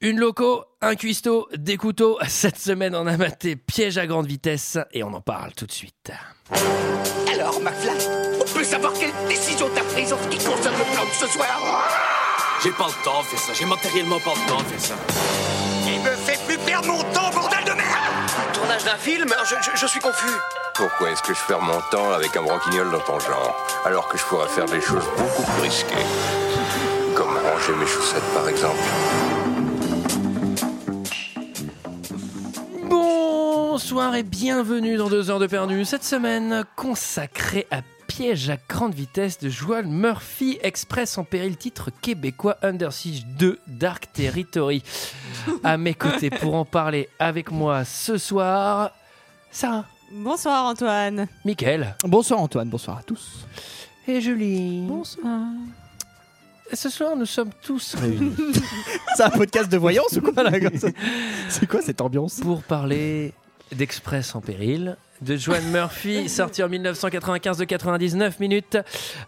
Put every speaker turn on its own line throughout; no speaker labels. Une loco, un cuistot, des couteaux. Cette semaine, on a maté piège à grande vitesse et on en parle tout de suite.
Alors, McFly, on peut savoir quelle décision t'as prise en ce qui concerne le plan de ce soir
J'ai pas le temps de faire ça, j'ai matériellement pas le temps de faire ça.
Il me fait plus perdre mon temps, bordel de merde
Tournage d'un film je, je- je suis confus.
Pourquoi est-ce que je perds mon temps avec un broquignol dans ton genre Alors que je pourrais faire des choses beaucoup plus risquées. Comme ranger mes chaussettes par exemple.
Bonsoir et bienvenue dans deux heures de perdu. Cette semaine consacrée à Piège à grande vitesse de Joel Murphy Express en péril titre québécois Under Siege 2 Dark Territory. À mes côtés pour en parler avec moi ce soir, Sarah,
Bonsoir Antoine.
Mickaël
Bonsoir Antoine, bonsoir à tous.
et Julie. Bonsoir. Ce soir, nous sommes tous réunis
C'est un podcast de voyance ou quoi là C'est quoi cette ambiance
pour parler d'Express en péril de Joan Murphy, sorti en 1995 de 99 minutes,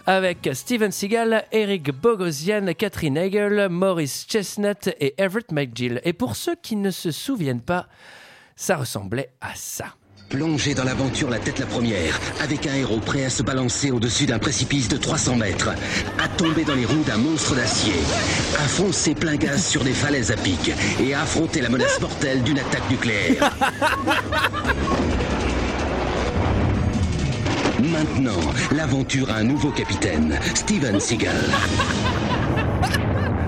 avec Steven Seagal, Eric Bogosian, Catherine Hegel, Maurice Chestnut et Everett McGill. Et pour ceux qui ne se souviennent pas, ça ressemblait à ça.
Plongez dans l'aventure la tête la première, avec un héros prêt à se balancer au-dessus d'un précipice de 300 mètres, à tomber dans les roues d'un monstre d'acier, à foncer plein gaz sur des falaises à pic et à affronter la menace mortelle d'une attaque nucléaire. Maintenant, l'aventure a un nouveau capitaine, Steven Seagal.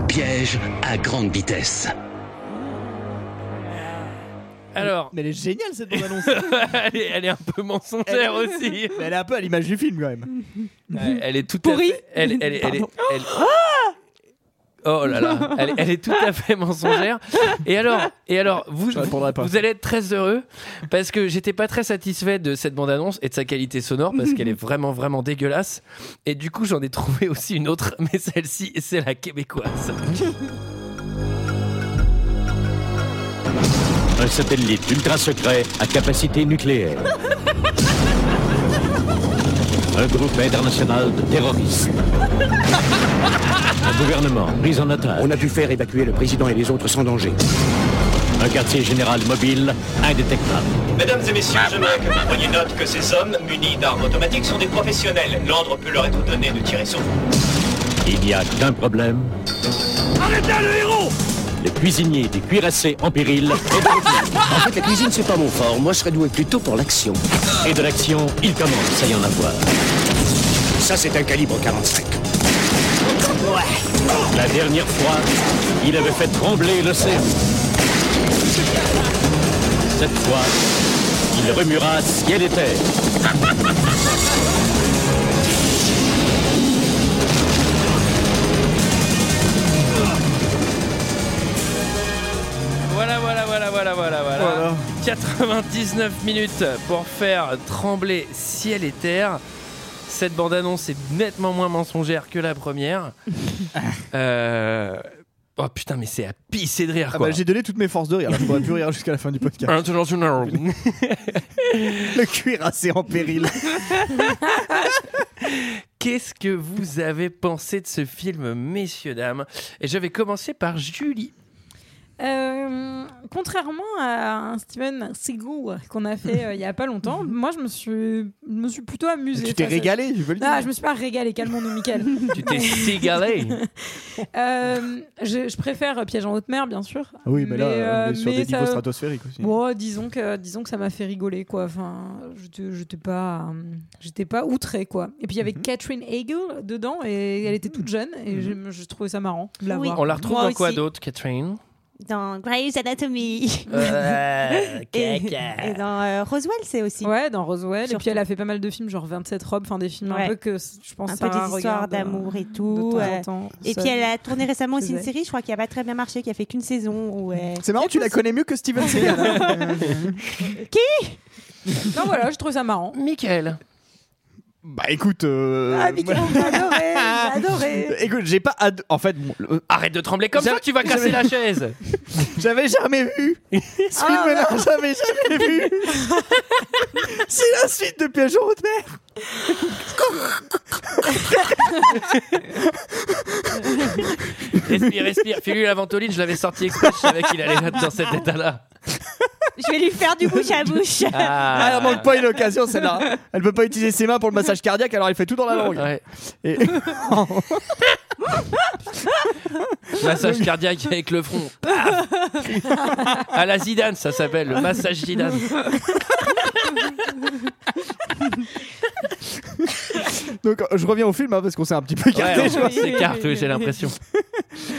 Piège à grande vitesse.
Alors,
Mais elle est géniale cette bande-annonce.
elle est, elle est un peu mensongère aussi.
Mais elle est un peu à l'image du film quand même.
Ouais, elle est tout
Pourrie.
à fait. Elle, elle- elle- elle- elle- Oh là là, elle, elle est tout à fait mensongère. Et alors, et alors, vous,
Je répondrai pas.
vous allez être très heureux parce que j'étais pas très satisfait de cette bande-annonce et de sa qualité sonore parce qu'elle est vraiment vraiment dégueulasse. Et du coup, j'en ai trouvé aussi une autre, mais celle-ci, c'est la québécoise.
Un satellite ultra secret à capacité nucléaire. Un groupe international de terroristes. Un gouvernement pris en otage.
a pu faire évacuer le président et les autres sans danger.
Un quartier général mobile indétectable.
Mesdames et messieurs, je marque que vous preniez note que ces hommes munis d'armes automatiques sont des professionnels. L'ordre peut leur être donné de tirer sur vous.
Il n'y a qu'un problème. Arrêtez le héros Le cuisinier des cuirassés en péril
En fait, la cuisine, c'est pas mon fort. Moi, je serais doué plutôt pour l'action.
et de l'action, il commence à y en avoir.
Ça, c'est un calibre 45.
La dernière fois, il avait fait trembler l'océan. Cette fois, il remuera ciel et terre.
Voilà, voilà, voilà, voilà, voilà,
Bah,
Ah,
voilà.
bah.
99 minutes pour faire trembler ciel et terre. Cette bande-annonce est nettement moins mensongère que la première. Euh, Oh putain, mais c'est à pisser de rire,
Ah
quoi.
bah, j'ai donné toutes mes forces de rire, là, je pourrais plus rire jusqu'à la fin du podcast.
International.
Le cuirassé en péril.
Qu'est-ce que vous avez pensé de ce film, messieurs, dames Et je vais commencer par Julie.
Euh, contrairement à un Steven Seagal qu'on a fait euh, il y a pas longtemps, moi je me suis, je me suis plutôt amusée.
tu t'es
face à-
régalé, je veux le dire.
Ah, je me suis pas régalée, calmons-nous, Mickaël.
Tu t'es sigalé.
Euh, je, je préfère euh, Piège en haute mer, bien sûr.
Ah Oui, mais là,
euh,
on est sur
mais
des niveaux
ça-
stratosphériques aussi.
Bon, disons que, disons que ça m'a fait rigoler, quoi. Enfin, j'étais j'étais pas, euh, j'étais pas outré, quoi. Et puis il y
Mhm.
avait Catherine Hagel dedans, et elle était toute jeune, et je,
Mhm.
je trouvais ça marrant de la
Oui.
voir.
On la retrouve
Moi
dans quoi
aussi.
d'autre, Catherine
dans Grey's Anatomy
Euh,
et,
caca.
et dans euh, Roswell, c'est aussi
Ouais, dans Roswell. Et
Surtout.
puis elle a fait pas mal de films, genre 27 robes, enfin des films un
Ouais.
peu que c- je pense
un
Sarah
peu des histoires
regarde,
d'amour et
euh, de
tout.
temps en
euh,
temps,
et
seule.
puis elle a tourné récemment aussi une
Faisait.
série, je crois, qui a pas très bien marché, qui a fait qu'une saison. Où, euh,
C'est marrant, tu la connais mieux que Steven Seagal. hein.
Non, voilà, je trouve ça marrant.
Michael.
bah écoute, euh,
Ah, Mickaël, j'ai adoré, j'ai adoré.
Écoute, j'ai pas. ad- En fait, bon, le-
Arrête de trembler comme ça,
J'avais-
tu vas casser la
j'avais-
chaise.
j'avais jamais vu ce
Ah,
film-là. J'avais jamais vu. C'est la suite de Piège en haute mer.
Respire, respire. Fais-lui la ventoline, je l'avais sorti exprès, je savais qu'il allait être dans cet état-là.
Je vais lui faire du bouche à bouche.
Ah,
Ah, elle manque pas une occasion celle-là. Elle peut pas utiliser ses mains pour le massage cardiaque, alors elle fait tout dans la langue.
Ah.
Ouais.
Et-
Massage cardiaque avec le front. Paf à la Zidane, ça s'appelle, le massage Zidane.
Donc euh, je reviens au film hein, parce qu'on s'est un petit peu
Ouais, hein.
écarté.
on
je vois.
s'écarte, oui, j'ai l'impression.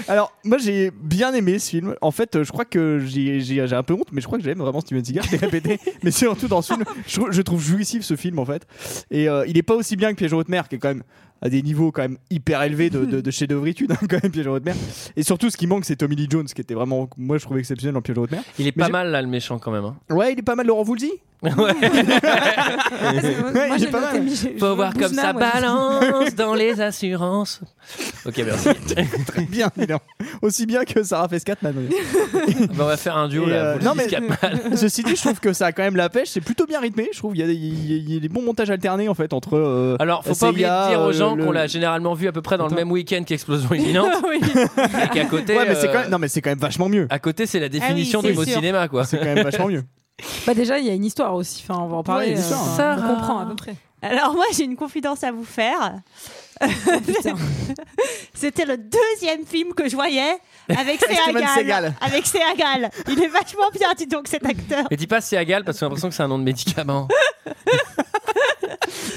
Alors moi j'ai bien aimé ce film. En fait euh, je crois que j'ai j'ai- j'ai un peu honte mais je crois que j'aime vraiment Steven Seagal, je l'ai répété. mais surtout dans ce film, je, trou- je trouve jouissif ce film en fait. Et euh, il est pas aussi bien que Piège en haute mer qui est quand même à des niveaux quand même hyper élevés de, de, de chef-d'œuvritude hein, quand même Piège en haute mer. Et surtout ce qui manque c'est Tommy Lee Jones qui était vraiment moi je trouvais exceptionnel dans Piège en haute mer.
Il est
Mais
pas
je-
mal là, le méchant quand même. hein.
Ouais il est pas mal Laurent Voulzy. Ouais,
Moi,
il est
j'ai
pas mal.
noté, mais j'ai- je
Faut
veux
voir comme
Bouzna,
ça
moi, je-
balance dans les assurances. Ok, merci.
Très bien il est aussi bien que Sarah Fescat maintenant.
Bah, on va faire un duo
Et,
là.
euh,
vous le
non,
dites,
mais-
Cap.
Ceci dit, je trouve que ça a quand même la pêche. C'est plutôt bien rythmé. Je trouve il y, a des- il y a- il y a des bons montages alternés en fait entre. euh,
Alors, faut
CIA,
pas oublier de dire
euh,
aux gens
le-
qu'on l'a généralement vu à peu près dans le
Attends.
même week-end qu'Explosion imminente
Oui.
et qu'à côté.
Ouais, mais c'est
euh,
quand même. Non, mais c'est quand même vachement mieux.
À côté,
Ah
c'est la définition
c'est
du mot
sûr.
cinéma, quoi.
C'est quand même vachement mieux.
Bah déjà, il y a une histoire aussi. Enfin, on va en
Ouais, il
parler.
y a une histoire.
enfin,
Sarah.
on comprend à peu près.
Alors moi, j'ai une confidence à vous faire.
Putain.
C'était le deuxième film que je voyais avec
Steven Seagal.
Seagal. Avec Seagal. Il est vachement bien, dis donc, cet acteur.
Mais dis pas Seagal parce qu'on a l'impression que c'est un nom de médicament.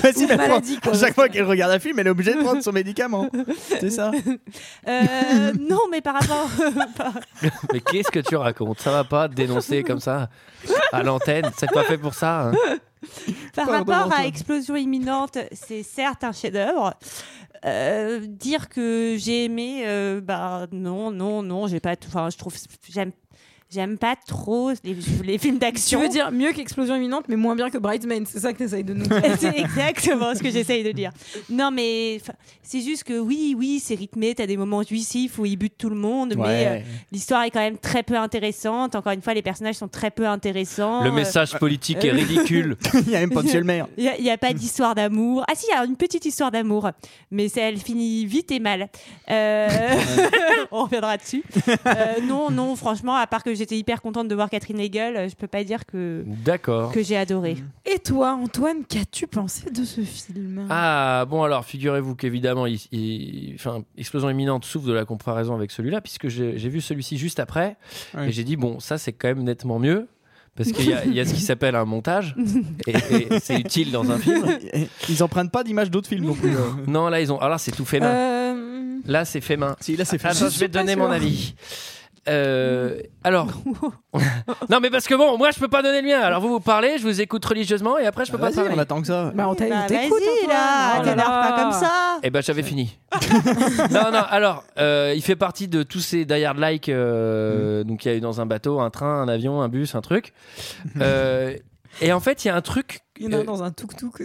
Vas-y, mais attends,
maladie, quoi.
chaque fois qu'elle regarde un film, elle est obligée de prendre son médicament. C'est ça.
Euh, non, mais par rapport...
Mais qu'est-ce que tu racontes Ça va pas te dénoncer comme ça à l'antenne. C'est pas fait pour ça. hein.
Par
Pardon,
rapport
Antoine.
à Explosion imminente, c'est certes un chef-d'œuvre. Euh, dire que j'ai aimé, euh, bah non, non, non, j'ai pas. tout- Enfin, je trouve, j'aime, j'aime pas trop les, les films
Tu
d'action.
veux dire mieux qu'Explosion imminente, mais moins bien que Bridesmaid. C'est ça que t'essayes de nous dire.
C'est exactement ce que j'essaye de dire. Non, mais enfin, c'est juste que oui, oui, c'est rythmé. T'as des moments jouissifs où il bute tout le monde, mais euh, l'histoire est quand même très peu intéressante. Encore une fois, les personnages sont très peu intéressants.
Le
Euh,
message politique est ridicule.
Il y a même pas Monsieur le maire.
Il n'y a, pas d'histoire d'amour. Ah si, il y a une petite histoire d'amour, mais ça, elle finit vite et mal. Euh, On reviendra dessus. Euh, non, non, franchement, à part que j'étais hyper contente de voir Catherine Hegel, euh, je peux pas dire que,
D'accord.
que j'ai adoré.
Et toi, Antoine, qu'as-tu pensé de ce film
Ah bon alors figurez-vous qu'évidemment, il- il- enfin, explosion imminente souffre de la comparaison avec celui-là puisque j'ai j'ai vu celui-ci juste après
Ouais.
et j'ai dit bon ça c'est quand même nettement mieux parce qu'il y, a- il y a ce qui s'appelle un montage et, et c'est utile dans un film.
Ils empruntent pas d'images d'autres films non plus. euh.
Non là ils ont alors c'est tout fait
eh ben.
main.
Euh,
Là c'est fait main.
Si, là, c'est fait.
Attends, je vais te
pas
donner
sûre.
mon avis. Euh, alors, non mais parce que bon, moi je peux pas donner le mien. Alors vous vous parlez, je vous écoute religieusement et après je peux pas
Vas-y,
parler.
on attend que ça.
Bah, on t'a- on
Bah,
t'écoute,
vas-y
Antoine.
là,
Oh là
t'énerve
là.
pas comme ça.
Eh ben j'avais fini. non non. Alors euh, il fait partie de tous ces die hard like. euh,
Mm.
Donc il y a eu dans un bateau, un train, un avion, un bus, un truc. Euh, et en fait il y a un truc.
Il y en a un
euh,
dans un tuk-tuk.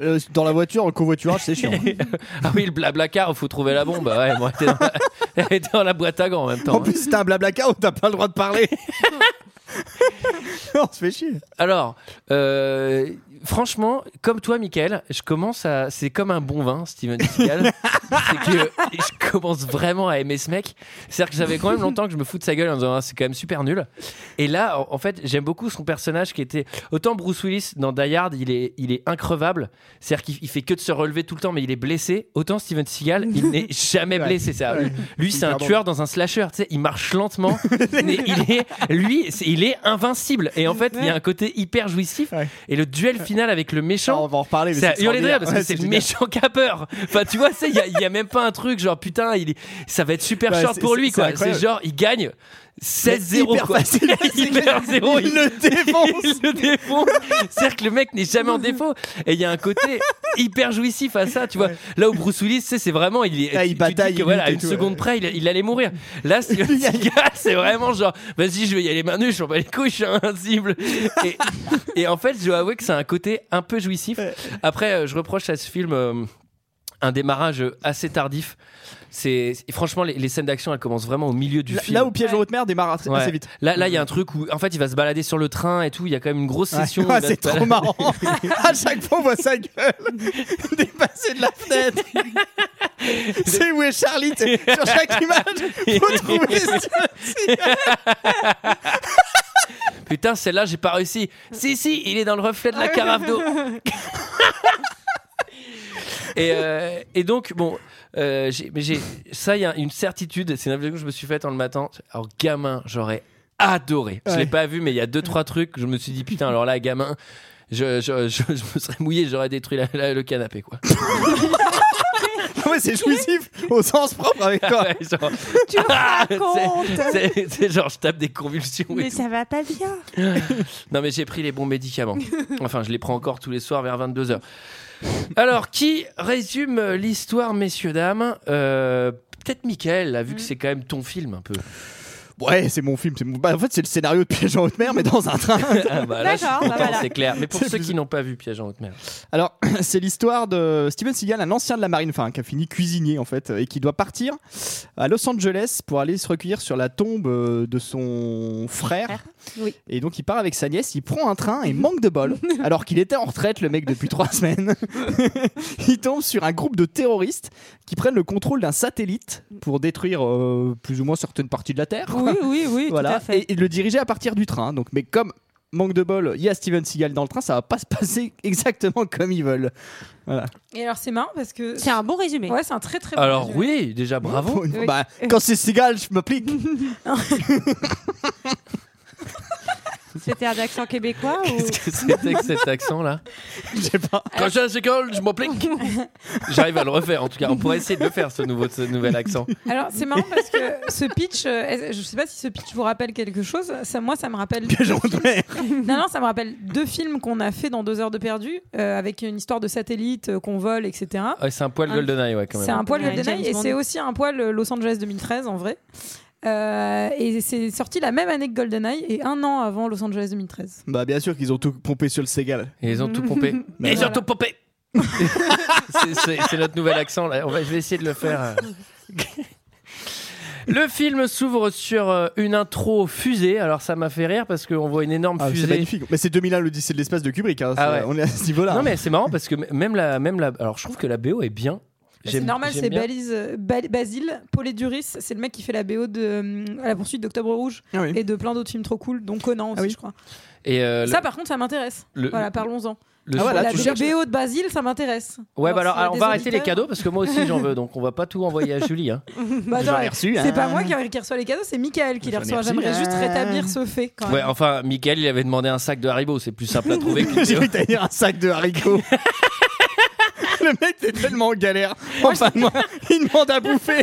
Euh, dans la voiture, en covoiturage, c'est chiant.
ah oui le blabla car, faut trouver la bombe. Ouais, bon, elle était dans la, elle était dans la boîte à gants en même temps.
En plus, c'était un blabla car où t'as pas le droit de parler. on se fait chier.
Alors, euh, franchement, comme toi, Michael, je commence à. C'est comme un bon vin, Steven Seagal. c'est que je commence vraiment à aimer ce mec. C'est-à-dire que j'avais quand même longtemps que je me fous de sa gueule en disant Ah, c'est quand même super nul. Et là, en en fait, j'aime beaucoup son personnage qui était. Autant Bruce Willis dans Die Hard, il est, il est increvable. C'est-à-dire qu'il il fait que de se relever tout le temps, mais il est blessé. Autant Steven Seagal, il n'est jamais
Ouais.
blessé. Ça.
Ouais.
Lui, c'est un
Pardon.
tueur dans un slasher. Tu sais, il marche lentement. mais il est, lui, c'est- il est invincible. Et en fait, il y a un côté hyper jouissif.
Ouais.
Et le duel final avec le
Ah, on
méchant.
va en reparler. mais
C'est à
c'est
hurler de rire
extraordinaire.
parce
Ouais,
que c'est le
génial.
méchant qui a peur. Enfin, tu vois, c'est- il y, a- il y a même pas un truc genre putain, il est- ça va être super
Ouais,
short
c'est-
pour lui
c'est- c'est
quoi. C'est
incroyable.
genre, il gagne 16-0
Hyper
quoi.
facile.
Hyper zéro,
Il le défonce.
il le défonce. C'est-à-dire que le mec n'est jamais en défaut. Et il y a un côté hyper jouissif à ça, tu vois. Là où Bruce Willis, tu sais, c'est vraiment. Il, est,
Ah, il
tu- tu
bataille,
dis
il
que, voilà,
lutte
à
et
une
tout,
seconde
ouais.
près, il, il a les mourir. Là, Steven Seagal, c'est vraiment genre, vas-y, je vais y aller main nue, je m'en bats les couilles, je suis invincible. Et, et en fait, je dois avouer que c'est un côté un peu jouissif. Après, euh, je reproche à ce film. euh, un démarrage assez tardif. C'est c'est- franchement les, les scènes d'action elles commencent vraiment au milieu du
Là-
film.
Là où Piège en haute mer démarre assez,
Ouais.
assez vite.
Là, là, il y a un truc où, en fait, il va se balader sur le train et tout. Il y a quand même une grosse
Mm. Ouais.
session. où
Ouais,
il va
c'est
se balader.
trop marrant. à chaque fois, on voit sa gueule dépasser de la fenêtre. c'est où est Charlie t'sais, Sur chaque image, faut trouver.
Putain, celle-là, j'ai pas réussi. Si, si, il est dans le reflet
Ah
de la carafe d'eau. et, euh, et donc, bon, euh, j'ai- mais j'ai ça, il y a une certitude. C'est une réflexion que je me suis faite en le matin. Alors, gamin, j'aurais adoré. Je l'ai
Ouais.
pas vu, mais il y a deux, trois trucs. que Je me suis dit, putain, alors là, gamin, je, je- je- je me serais mouillé, j'aurais détruit la- la- le canapé, quoi.
Ah ouais, c'est jouissif au sens propre avec toi.
Ouais, genre, Ah,
Tu racontes
c'est- c'est genre, je tape des convulsions. et
Mais ça va pas bien.
Non, mais j'ai pris les bons médicaments. Enfin, je les prends encore tous les soirs vers 22h. Alors, qui résume euh, l'histoire, messieurs, dames Euh, Peut-être Michael, là, vu que c'est quand même ton film un peu.
Ouais, c'est mon film. c'est mon- bah, en fait, c'est le scénario de Piège en haute mer, mais dans un train.
Ah, bah, là, je suis
D'accord, bah
content,
voilà.
c'est clair. Mais pour
C'est
ceux
plus-
qui n'ont pas vu Piège en haute mer.
Alors, c'est l'histoire de Steven Seagal, un ancien de la marine, enfin, qui a fini cuisinier en fait, et qui doit partir à Los Angeles pour aller se recueillir sur la tombe euh, de son frère.
oui.
Et donc, il part avec sa nièce, il prend un train et manque de bol, alors qu'il était en retraite, le mec, depuis trois semaines. il tombe sur un groupe de terroristes qui prennent le contrôle d'un satellite pour détruire euh, plus ou moins certaines parties de la Terre.
Oui, oui, oui, tout
Voilà,
à fait.
et il le dirigeait à partir du train. Donc, mais comme manque de bol, il y a Steven Seagal dans le train, ça va pas se passer exactement comme ils veulent.
Et alors c'est marrant parce que
C'est un bon résumé.
ouais, c'est un très très. bon
Alors,
résumé.
oui, déjà, bravo.
Pour une fois,
Oui.
bah, quand c'est Seagal, je m'applique.
C'était un accent québécois ou...
Qu'est-ce que c'était que cet accent-là
Je sais pas.
Quand j'ai un second, je m'applique. J'arrive à le refaire, en tout cas. On pourrait essayer de le faire, ce, nouveau, ce nouvel accent.
Alors c'est marrant parce que ce pitch, euh, est- je sais pas si ce pitch vous rappelle quelque chose. Ça, moi, ça me rappelle.
Piège en haute mer.
Non, non, ça me rappelle deux films qu'on a fait dans deux heures de perdu euh, avec une histoire de satellite euh, qu'on vole, etc.
Ouais, c'est un poil
Un-
GoldenEye, ouais, quand même.
C'est un poil
Ouais,
GoldenEye
James
et
Bond.
c'est aussi un poil euh, Los Angeles 2013 en vrai. Euh, et c'est sorti la même année que GoldenEye et un an avant Los Angeles 2013.
Bah, bien sûr qu'ils ont tout pompé sur le Seagal.
Et ils ont tout pompé.
Mais
ils ont
voilà.
tout pompé C'est- C'est c'est notre nouvel accent, là. On va, je vais essayer de le faire. euh. Le film s'ouvre sur euh, une intro fusée. Alors ça m'a fait rire parce qu'on voit une énorme
Ah, c'est
fusée.
magnifique. Mais c'est 2001 l'Odyssée de l'espace de Kubrick. hein.
Ah
C'est-
ouais.
On est à ce niveau-là.
Non mais c'est marrant parce que m- même la, même la, alors je trouve que la BO est bien.
C'est
J'aime-
normal,
j'aime
c'est
bien.
Balise, euh, Ba- Basile, Paul Duris, c'est le mec qui fait la BO de euh, à la poursuite d'Octobre Rouge
Ah oui.
et de plein d'autres films trop cool, dont Conan aussi,
Ah oui.
je crois.
Et euh, le-
Ça, par contre, ça m'intéresse.
le-
Voilà, parlons-en.
le-
Ah, voilà,
la
tu
BO
cherches-
de Basile, ça m'intéresse.
Ouais, bah alors,
s'il y a
alors, on
des
va arrêter les
auditeurs-
cadeaux parce que moi aussi j'en veux, donc on va pas tout envoyer à Julie. hein.
Bah,
J'en
attends,
ai reçu.
c'est
hein.
pas moi qui, qui reçois les cadeaux, c'est Michael qui les
J'en ai
reçoit.
reçu,
J'aimerais
hein.
juste rétablir ce fait quand
Ouais,
même.
enfin, Michael, il avait demandé un sac de Haribo, c'est plus simple à trouver. qu'une
J'ai
BO.
cru que t'allais dire un sac de haricots. le mec, c'est tellement en galère. Enfin, moi, il demande à bouffer.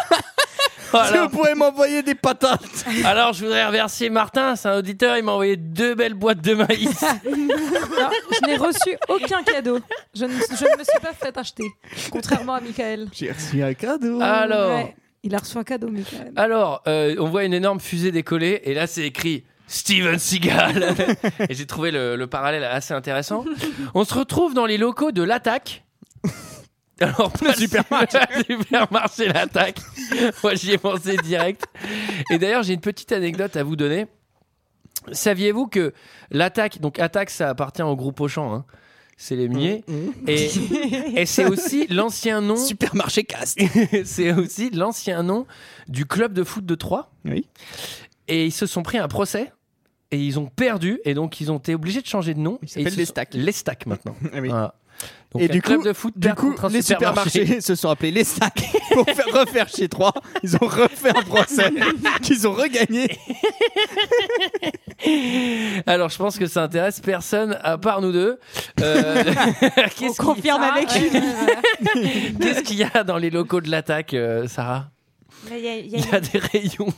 Si
Voilà.
vous pouvez m'envoyer des patates.
Alors, je voudrais remercier Martin, c'est un auditeur, il m'a envoyé deux belles boîtes de maïs.
Alors, je n'ai reçu aucun cadeau. Je ne, je ne me suis pas fait acheter, contrairement à Michael.
J'ai reçu un cadeau.
Alors,
Ouais, il a reçu un cadeau, Michael.
alors euh, on voit une énorme fusée décoller, et là, c'est écrit Steven Seagal. et j'ai trouvé le, le parallèle assez intéressant. On se retrouve dans les locaux de l'attaque. Alors, pas le supermarché. supermarché, l'attaque. Moi, j'y ai pensé direct. Et d'ailleurs, j'ai une petite anecdote à vous donner. Saviez-vous que l'attaque, donc attaque, ça appartient au groupe Auchan, hein. c'est les miers, et, et c'est aussi l'ancien nom
Supermarché casse.
c'est aussi l'ancien nom du club de foot de Troyes.
Oui.
Et ils se sont pris un procès et ils ont perdu et donc ils ont été obligés de changer de nom.
Ils
Et
s'appellent
se
les
sont-
Stacks.
Les Stacks maintenant.
Ah oui.
Voilà. Donc
Et
un
du
club
coup-
de foot
Du
perd
coup,
contre un
les
supermarché.
supermarchés se sont appelés les sacs pour faire refaire chez 3. Ils ont refait un procès qu'ils ont regagné.
Alors je pense que ça intéresse personne à part nous deux. Euh,
On
Qu'est-ce qu'il
confirme avec
Ouais,
lui.
ouais, ouais.
qu'est-ce qu'il y a dans les locaux de l'attaque, euh, Sarah
Mais il y a- il y a
Il y a des rayons.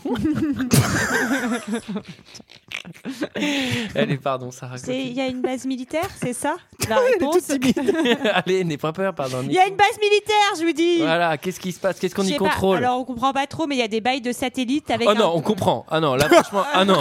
Allez, pardon, Sarah.
C'est-
continue.
Il y a une base militaire, c'est ça La réponse
Allez, n'aie pas peur, pardon.
Il y a une base militaire, je vous dis
Voilà, qu'est-ce qui se passe Qu'est-ce qu'on
Je
y
sais pas.
contrôle
Alors on comprend pas trop, mais il y a des bails de satellites avec.
Oh
un-
non, on comprend. Ah non, là franchement, ah non.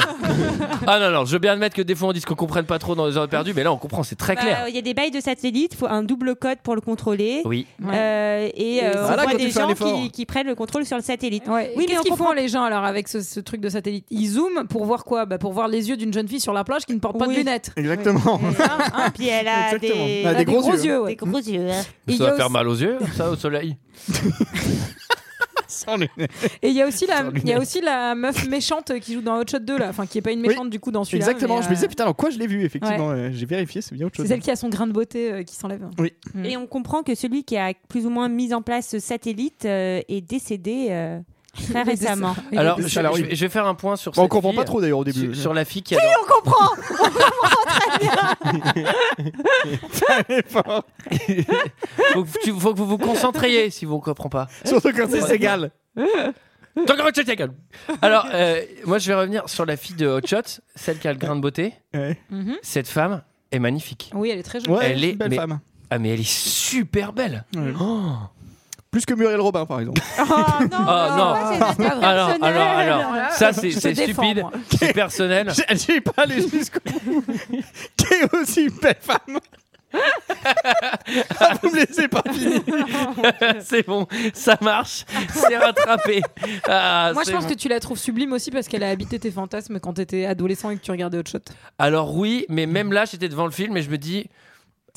Ah non, non, je veux bien admettre que des fois on dit qu'on comprenne pas trop dans les heures perdues, mais là on comprend, c'est très
Bah,
clair.
Il y a des bails de satellites, il faut un double code pour le contrôler.
Oui.
Euh, et euh,
Voilà
on
quand
voit
tu
des
fais un
gens
effort.
qui, qui prennent le contrôle sur le satellite.
Ouais.
Oui,
Oui,
mais
qu'est-ce
on
qu'ils
comprend-
font les gens alors avec ce, ce truc de satellite Ils zooment pour voir quoi bah, Pour voir les yeux d'une jeune fille sur la plage qui ne porte pas
Oui.
de lunettes.
Exactement.
Et puis elle a
Exactement.
Bah, des,
Elle a des gros yeux.
Des gros yeux. hein.
Et il y
Ça
a
va faire
aussi-
mal aux yeux, ça, au soleil.
Et il y a aussi la, il y a
lunettes.
aussi la meuf méchante qui joue dans Hot Shot 2 là, enfin qui est pas une
Oui.
méchante du coup dans celui-là.
Exactement.
mais,
Je me disais
euh,
putain, dans quoi je l'ai vu Effectivement, euh, j'ai vérifié, c'est bien autre
c'est
chose.
celle qui a son grain de beauté euh, qui s'enlève.
Et on comprend que celui qui a plus ou moins mis en place ce satellite euh, est décédé euh, très récemment.
Il est
Alors,
décédé.
je,
Alors,
je-
oui.
je vais faire un point sur.
Bon, on
cette
comprend
fille,
pas trop d'ailleurs au début.
Sur, sur la fille qui adore-
On comprend
faut, que tu- faut que vous vous concentriez si vous ne comprenez pas.
Surtout quand c'est Segal.
Donc, Hot Shot, ta gueule. Alors, euh, moi je vais revenir sur la fille de Hot Shot, celle qui a le grain de beauté.
Ouais.
Mhm.
Cette femme est magnifique.
Oui, elle est très jolie.
Ouais,
Elle
c'est
est-
une belle
mais-
femme.
Ah, mais elle est super belle.
Ouais.
Oh.
Plus que Muriel Robin, par exemple.
Oh non,
Ah, non.
moi, j'ai une attaque
Alors,
personnelle.
alors, alors, ça c'est
Je te
c'est
défends,
stupide,
moi.
c'est personnel.
J'ai- J'ai pas allé jusqu'au bout. Qui est aussi une belle femme. Ah, vous me laissez pas finir.
c'est bon, ça marche, c'est rattrapé. Ah,
Moi, je
c'est
pense
bon.
que tu la trouves sublime aussi parce qu'elle a habité tes fantasmes quand t'étais adolescent et que tu regardais Hot Shot.
Alors oui, mais même là, j'étais devant le film et je me dis,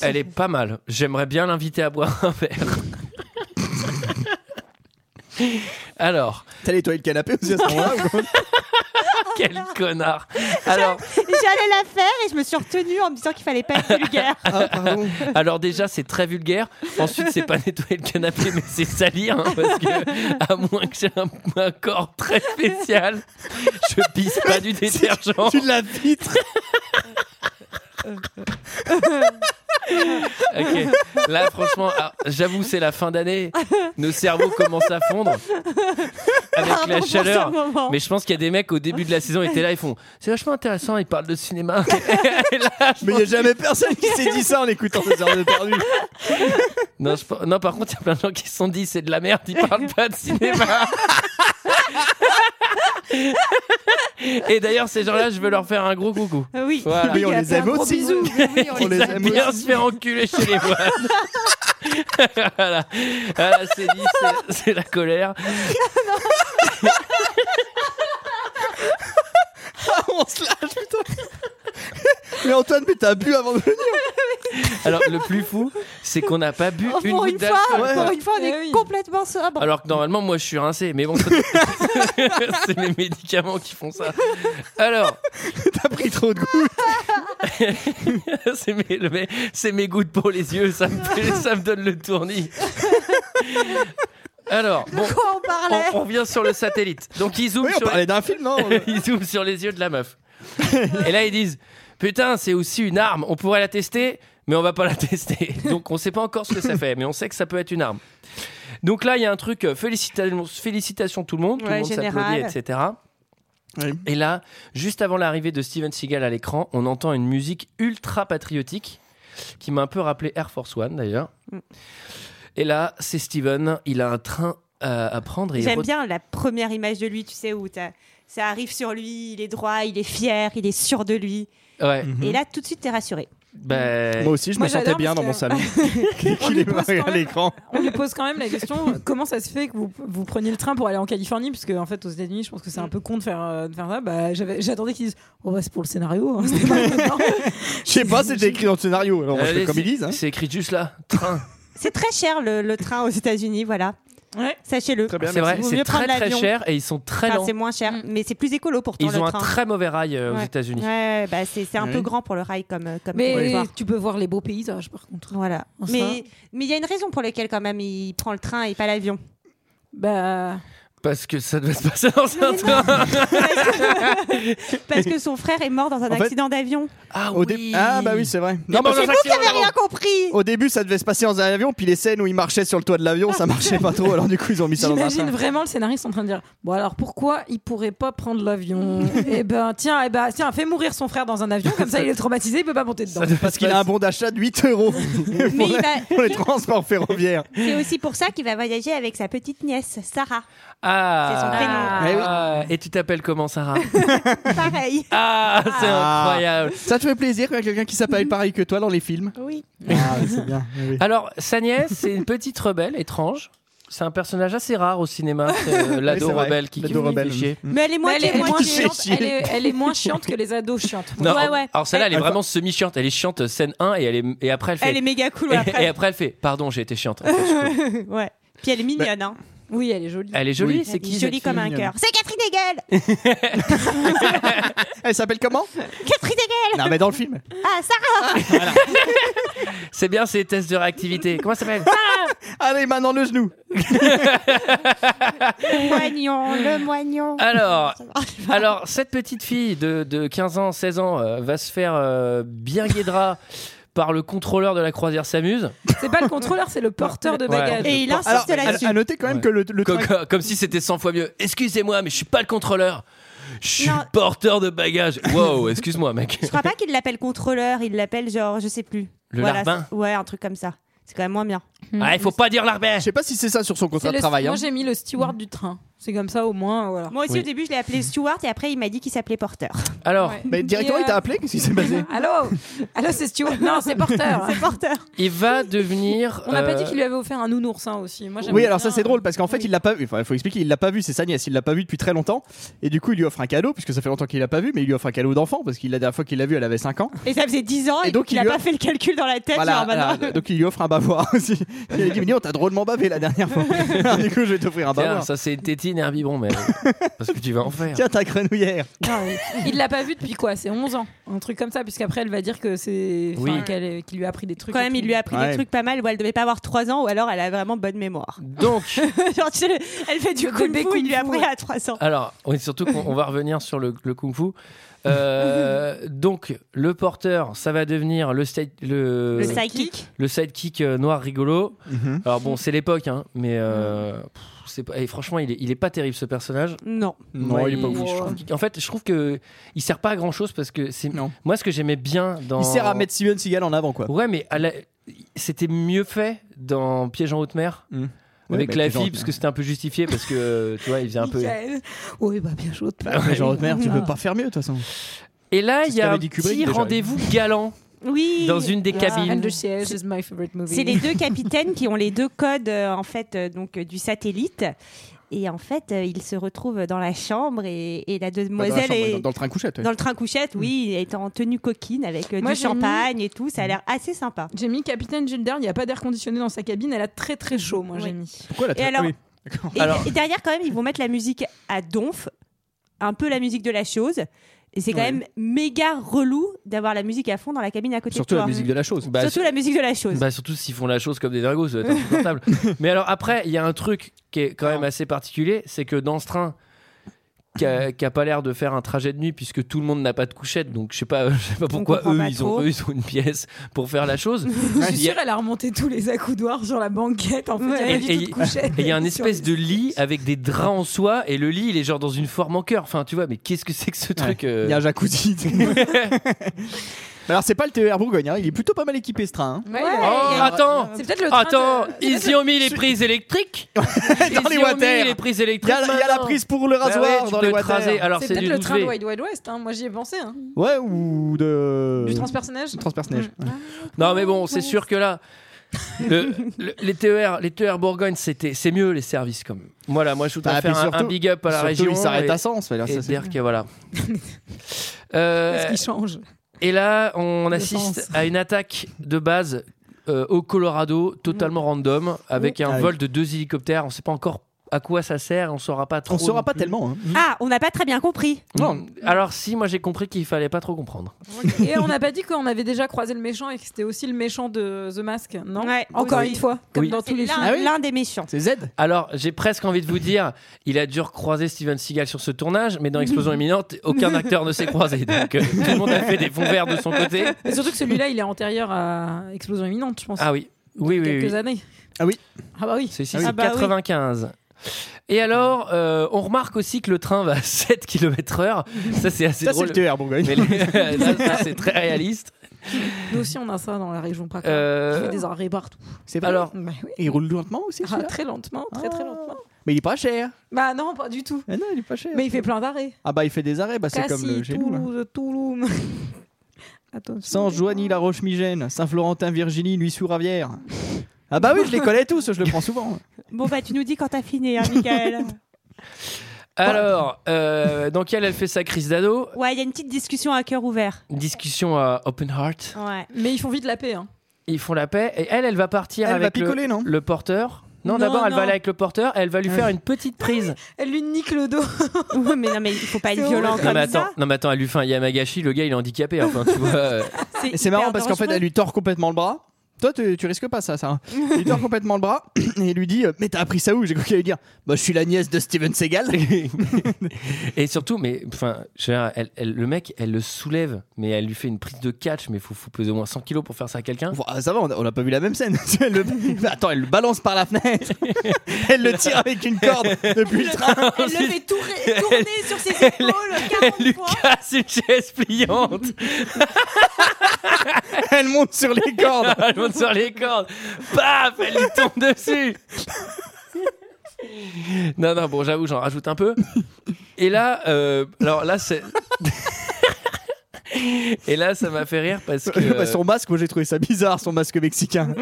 elle est pas mal. J'aimerais bien l'inviter à boire un verre. Alors,
T'as nettoyé le canapé aussi à ce moment-là ou quoi
quel connard. Alors,
J'allais la faire et je me suis retenue en me disant qu'il fallait pas être vulgaire.
Ah, pardon.
alors déjà, c'est très vulgaire. Ensuite, c'est pas nettoyer le canapé, mais c'est salir. hein, parce que, à moins que j'ai un, un corps très spécial, je pisse pas du détergent.
Tu l'as vite.
Ok. Là, franchement, ah, j'avoue, c'est la fin d'année. Nos cerveaux commencent à fondre avec
Pardon
la
pour ce
chaleur.
moment.
Mais je pense qu'il y a des mecs au début de la saison étaient là, ils font c'est vachement intéressant, ils parlent de cinéma. Et là, je
Mais il
pense-
a jamais personne qui s'est dit ça en écoutant des heures de perdu.
non, je pense- non, par contre, il y a plein de gens qui se sont dit c'est de la merde, ils parlent pas de cinéma. Et d'ailleurs, ces gens-là, je veux leur faire un gros coucou.
Euh, Oui.
Voilà.
Mais on les aime
gros
aussi.
bisous.
On les
J'aime
aime
bien
aussi.
se faire enculer chez les voisins. voilà, Voilà, c'est dit, c'est- c'est la colère.
Ah, on se lâche, putain. Mais Antoine, mais t'as bu avant de venir.
Alors le plus fou, c'est qu'on n'a pas bu
Oh,
une
pour
goutte
une fois,
d'alcool.
Ouais.
pour une fois, on est
Eh oui.
complètement sobre.
Alors que normalement, moi, je suis rincé, mais bon, c'est les médicaments qui font ça. Alors,
T'as pris trop de goût.
c'est mes, le- mes- c'est mes gouttes pour les yeux, ça me, fait- ça me donne le tournis. Alors, bon,
Quoi, on parlait
on, on revient sur le satellite. Donc ils zooment
Oui, on
sur,
parlait d'un film, non euh,
ils zooment sur les yeux de la meuf. Et là, ils disent Putain, c'est aussi une arme. On pourrait la tester, mais on va pas la tester. Donc, on sait pas encore ce que ça fait, mais on sait que ça peut être une arme. Donc là, il y a un truc euh, félicitations, félicitations tout le monde, tout le
Ouais,
monde s'applaudit,
général.
etc.
Oui.
Et là, juste avant l'arrivée de Steven Seagal à l'écran, on entend une musique ultra patriotique qui m'a un peu rappelé Air Force One d'ailleurs.
Mm.
Et là, c'est Steven, il a un train euh, à prendre et il
J'aime
re-
bien la première image de lui, tu sais, où t'as- ça arrive sur lui, il est droit, il est fier, il est sûr de lui.
Ouais,
Et là, tout de suite, t'es rassuré.
ben,
Moi aussi, je
Moi,
me sentais
j'adore
bien
parce
dans
que-
mon salon.
On
Qu'il
lui
est
pose
marié
quand
à
même-
l'écran.
On lui pose quand même la question comment ça se fait que vous, vous preniez le train pour aller en Californie Parce qu'en en fait, aux États-Unis, je pense que c'est un peu con de faire, euh, de faire ça. Bah, j'avais- J'attendais qu'ils disent oh, bah, c'est pour le scénario. hein, c'était pas étonnant.
Je sais pas, c'était écrit dans le scénario. Alors, on
Allez,
fait comme
c'est-
ils disent. hein.
C'est écrit juste là, train.
C'est très cher le, le train aux États-Unis, voilà.
Ouais.
Sachez-le.
Très bien,
C'est vrai,
Vaut
c'est
mieux
très
prendre
très
l'avion.
cher et ils sont très
Enfin,
lents.
c'est moins cher,
Mm.
mais c'est plus écolo pourtant
Ils
le
ont un
train.
très mauvais rail euh, aux États-Unis.
Ouais, bah c'est c'est un
Ouais.
peu grand pour le rail comme euh, comme
Mais
territoire.
tu peux voir les beaux paysages par contre.
Voilà.
On
Mais mais il y a une raison pour laquelle quand même il prend le train et pas l'avion.
Bah,
Parce que ça devait se passer dans un
Mais non.
train.
Parce que son frère est mort dans un
En fait-
accident d'avion.
Ah
Au dé-
oui.
Ah bah oui, c'est vrai.
Non, mais on
C'est
en
vous
a
qui avez
clairement.
rien compris
Au début, ça devait se passer dans un avion, puis les scènes où il marchait sur le toit de l'avion, ça marchait pas trop. Alors du coup, ils ont mis ça dans un
J'imagine
train.
vraiment le scénariste en train de dire Bon, alors pourquoi il pourrait pas prendre l'avion Eh ben, tiens, eh ben, tiens, fais mourir son frère dans un avion, comme ça il est traumatisé, il peut pas monter dedans.
Ça devait
Parce
se
qu'il a un
passer-
bon d'achat de 8 euros
Mais
pour,
il
la-
va-
pour les transports ferroviaires.
C'est aussi pour ça qu'il va voyager avec sa petite nièce, Sarah. C'est son prénom.
Ah.
Eh oui.
Ah, Et tu t'appelles comment, Sarah
Pareil.
Ah, c'est
Ah.
incroyable.
Ça te fait plaisir quand il y a quelqu'un qui s'appelle pareil que toi dans les films
Oui.
Ah, c'est bien.
Alors, sa nièce, c'est une petite rebelle étrange. C'est un personnage assez rare au cinéma, c'est, euh, l'ado
c'est vrai.
rebelle qui, qui
L'ado
fait
rebelle.
chier.
Mais elle est
Mais
moins
elle, est moins
Qui fait
chiante,
chier.
elle, est, elle est moins chiante que les ados chiantes.
Non,
Ouais, ouais.
Alors celle-là, elle est
Elle-
vraiment semi-chiante. Elle est chiante scène 1 et, elle est, et après elle fait.
Elle est méga cool
et,
après.
et après elle fait. Pardon, j'ai été chiante. Elle fait, je peux.
ouais. Puis elle est mignonne. hein.
Oui, elle est jolie.
Elle est jolie,
Oui.
c'est qui
Jolie
cette
comme un
fille
cœur. C'est Catherine Hegel
Elle s'appelle comment
Catherine Hegel
Non, mais dans le film.
Ah, Sarah
C'est bien ces tests de réactivité. Comment ça s'appelle
Allez, main dans le genou.
Moignon, le moignon.
Alors,
Ça va.
alors cette petite fille de, de 15 ans, 16 ans euh, va se faire euh, bien guédra par le contrôleur de la croisière s'amuse.
C'est pas le contrôleur, c'est le porteur de
Ouais.
bagages.
Et il
Alors,
insiste
à,
là-dessus.
à noter quand même
Ouais.
que le, le
Comme,
train-
comme si c'était 100 fois mieux. Excusez-moi, mais je suis pas le contrôleur. Je suis
Non.
porteur de bagages. Wow, excuse-moi, mec.
Je crois pas qu'il l'appelle contrôleur, il l'appelle genre, je sais plus.
Le larbin
c'est- Ouais, un truc comme ça. C'est quand même moins bien.
Ah, il faut pas dire l'arbin.
Je sais pas si c'est ça sur son
C'est
contrat de
le-
travail.
Moi
hein.
j'ai mis le steward du train. C'est comme ça au moins. Voilà.
Moi aussi,
Oui.
au début, je l'ai appelé Stewart et après, il m'a dit qu'il s'appelait Porter.
Alors,
Ouais.
Mais directement,
Et,
il t'a
euh,
appelé Qu'est-ce qui s'est passé
Allô Allô, c'est steward Non, c'est porteur.
C'est Porter.
il va devenir.
On n'a pas
euh,
dit qu'il lui avait offert un nounours hein, aussi. Moi, j'aime
Oui, alors
bien,
ça c'est drôle parce qu'en fait
oui.
il l'a pas vu. Enfin, il faut expliquer, il l'a pas vu. C'est sa nièce, il l'a pas vu depuis très longtemps. Et du coup, il lui offre un cadeau puisque ça fait longtemps qu'il l'a pas vu, mais il lui offre un cadeau d'enfant parce qu'il la dernière fois qu'il l'a vu, elle avait 5 ans.
Et ça faisait 10 ans et,
Et donc,
donc il
il
a
lui
pas
a-
fait le calcul dans la tête.
Voilà,
genre, bah non.
voilà. donc il lui offre un bavoir aussi. Il lui dit mais on t'a drôlement bavé la dernière fois. Alors, du coup, je vais t'offrir un
tiens,
bavoir.
Ah, bah ça c'est une tétine et un biberon, mais. Parce que tu vas en faire.
Ah, bah Tiens ta grenouillère.
Non, il- il l'a pas vu depuis quoi C'est 11 ans. Un truc comme ça, puisqu'après elle va dire que c'est. enfin,
Oui.
qu'elle est- qu'il lui a appris des trucs.
Quand
et
même,
tout.
il lui a appris
Ouais.
des trucs pas mal où elle devait pas avoir 3 ans ou alors elle a vraiment bonne mémoire.
Donc,
Genre, tu sais, le- elle fait du
Le
kung
bébé
fu, il
kung
lui a
fu,
appris
ouais.
à 3 ans.
alors, oui, surtout qu'on on va revenir sur le, le kung fu. Euh, donc, le porteur, ça va devenir le, sta- le,
Le sidekick.
le sidekick euh, noir rigolo.
Mhm.
Alors, bon, c'est l'époque, hein, mais. euh, pff, c'est pas- et franchement, il est, il est pas terrible ce personnage.
Non.
Non,
Moi,
il est pas ouf.
je trouve qu'il- En fait, je trouve que il sert pas à grand chose parce que c'est.
Non.
Moi, ce que j'aimais bien dans.
Il sert à mettre Steven Seagal en avant quoi.
Ouais, mais à la- c'était mieux fait dans Piège en haute mer.
Mm. Ouais,
Avec
bah,
la
Piège en
fille,
haute
parce
mer.
que c'était un peu justifié, parce que euh, tu vois, il faisait un peu.
Michael. Oui, bah bien chaud.
Mais Genre merde, Ah tu peux pas faire mieux de toute façon.
Et là,
C'est
il
ce
y a
qu'avait
un
dit Kubrick,
petit
déjà.
rendez-vous galant
Oui. Ah.
dans une des
And
cabines.
the Siege is my favorite movie.
C'est les deux capitaines qui ont les deux codes euh, en fait euh, donc euh, du satellite. Et en fait, euh, ils se retrouvent dans la chambre et, et
Pas
la
dans la
demoiselle
chambre,
est
dans- Dans le Hmm. train couchette. ouais.
dans le train couchette, oui, elle est en tenue coquine avec euh,
Moi,
du
j'ai
champagne et tout. Ça a l'air assez sympa.
J'ai mis Capitaine Gilder, il n'y a pas d'air conditionné dans sa cabine, elle a très très chaud, moi j'ai
Oui.
mis.
Pourquoi la
Et alors-
oui. D'accord.
Et,
Alors-
et derrière, quand même, ils vont mettre la musique à donf, un peu la musique de la chose. Et c'est quand
Ouais.
même méga relou d'avoir la musique à fond dans la cabine à côté
Surtout
de
la
toi.
musique de la chose.
Bah,
Surtout la musique de la chose.
Bah surtout s'ils font la chose comme des dingos, ça doit être insupportable. Mais alors après, il y a un truc qui est quand même assez particulier, c'est que dans ce train qui a, qui a pas l'air de faire un trajet de nuit puisque tout le monde n'a pas de couchette, donc je sais pas, je sais pas pourquoi
comprend
eux
pas
ils
trop.
ont eux ils ont une pièce pour faire la chose.
Je suis
Il y a-
sûre, elle a remonté tous les accoudoirs sur la banquette, en fait,
Ouais.
elle a
Et-
vu toute
et-
couchette.
Et il y a un
sur
espèce
les-
de lit avec des draps en soie et le lit il est genre dans une forme en cœur. Enfin tu vois, mais qu'est-ce que c'est que ce truc euh,
Il y a un jacuzzi. Alors c'est pas le TER Bourgogne, hein, il est plutôt pas mal équipé ce train. hein.
Ouais,
Oh
il y a-
attends,
C'est peut-être le train
Ah, attends,
de-
ils y ont mis les prises électriques. ils
Dans les
y ont mis
water.
les prises
Il y
électriques.
a, il y a la
maintenant.
prise pour le
Bah ouais,
rasoir
tu
dans
peux
les
te
water.
raser. Alors
C'est
c'est
peut-être
du
le train de
W.
Wide Wide West, hein, moi j'y ai pensé. hein.
Ouais ou
Euh,
de
Du transpersonnage
transpersonnage.
Non, mais bon, c'est sûr que là, le- le- les TER, les TER Bourgogne, c'était, c'est mieux les services quand même. Voilà, moi je voudrais
Bah,
faire
puis
un,
surtout-
un big up à la
Surtout,
région.
il s'arrête
et,
à Sens. voilà,
et
ça, c'est-
dire que voilà. Euh,
Qu'est-ce qui change
et là, on
Le
assiste
sens.
à une attaque de
Mm.
base euh, au Colorado, totalement random, avec un
Ah oui.
vol de deux hélicoptères. On ne sait pas encore à quoi ça sert, on saura pas trop.
On saura
non
pas
plus.
tellement. hein.
Ah, on n'a pas très bien compris.
Non. Mm. Alors si, moi j'ai compris qu'il fallait pas trop comprendre.
Et on n'a pas dit qu'on avait déjà croisé le méchant et que c'était aussi le méchant de The Mask, non
Ouais,
Encore
oui.
une fois, comme
Oui.
dans tous les
L'un
films.
Ah oui
l'un des méchants.
C'est Z
Alors j'ai presque envie de vous dire, il a dû recroiser Steven Seagal sur ce tournage, mais dans Explosion imminente, aucun acteur ne s'est croisé. Donc euh, tout le monde a fait des fonds verts de son côté.
Et surtout que celui-là, il est antérieur à Explosion imminente, je pense.
Ah oui, oui, oui.
quelques
oui.
années.
Ah oui.
Ah bah oui.
C'est ici,
Ah oui.
c'est
Ah bah oui.
95. Et alors, euh, on remarque aussi que le train va à 7 km/h. Ça, c'est assez
Ça, c'est
drôle.
le TR, bon gars.
Mais les- là, ça, c'est très réaliste.
Nous aussi, on a ça dans la région PACA.
Euh,
Il fait des arrêts partout.
C'est vrai.
Alors,
Bah oui.
Et il roule lentement aussi,
Ah,
celui-là
très lentement, très très
Ah.
lentement.
Mais il est pas cher.
Bah non, pas du tout.
Ah non, il est pas cher.
Mais il fait plein d'arrêts.
Ah bah, il fait des arrêts, bah, c'est comme
Cassis,
le chez nous, là.
Toulouse, Toulouse. Attention.
Sans Joanie La Roche-Migène, Saint-Florentin, Virginie, nuit sous Ravière. Ah bah oui, je les connais tous, je le prends souvent.
Bon, bah, tu nous dis quand t'as fini, hein, Michael.
alors euh, donc elle, elle fait sa crise d'ado.
ouais, il y a une petite discussion à cœur ouvert.
Discussion à open heart.
Ouais.
Mais ils font vite la paix. Hein.
Ils font la paix. Et elle, elle va partir
Elle va
avec le-
picoler, non
le, porteur. Non,
Non,
d'abord, elle
non.
va aller avec le porteur. Elle va lui faire une petite prise.
Elle lui nique le dos.
Ouais, mais non, mais il faut pas être
C'est
violent
horrible.
comme
non, mais attends,
ça.
non, mais attends, elle lui fait un Yamagashi. Le gars, il est handicapé. Enfin, tu vois. euh,
Et c'est marrant parce qu'en fait, elle
lui
lui tord complètement le bras. Toi, tu, tu risques pas ça, ça. Il lui tord complètement le bras et il lui dit euh, Mais t'as appris ça où J'ai cru qu'il allait dire Bah, je suis la nièce de Steven Seagal.
Et surtout, mais enfin, je veux dire, elle- elle- le mec, elle le soulève, mais elle lui fait une prise de catch, mais faut, faut peser au moins 100 kilos pour faire ça à quelqu'un.
Bon, ah, ça va, on a, on a pas vu la même scène. Elle le- Attends, elle le balance par la fenêtre. elle le tire avec une corde depuis le train.
Elle le fait tourner, tourner sur ses épaules 40
Elle
fois.
casse une chaise pliante,
Elle monte sur les cordes.
elle monte sur les cordes, paf, elle lui tombe dessus. Non, non, bon, j'avoue, j'en rajoute un peu. Et là, euh, alors là, c'est. Et là, ça m'a fait rire parce que.
Bah, son masque, moi j'ai trouvé ça bizarre, son masque mexicain.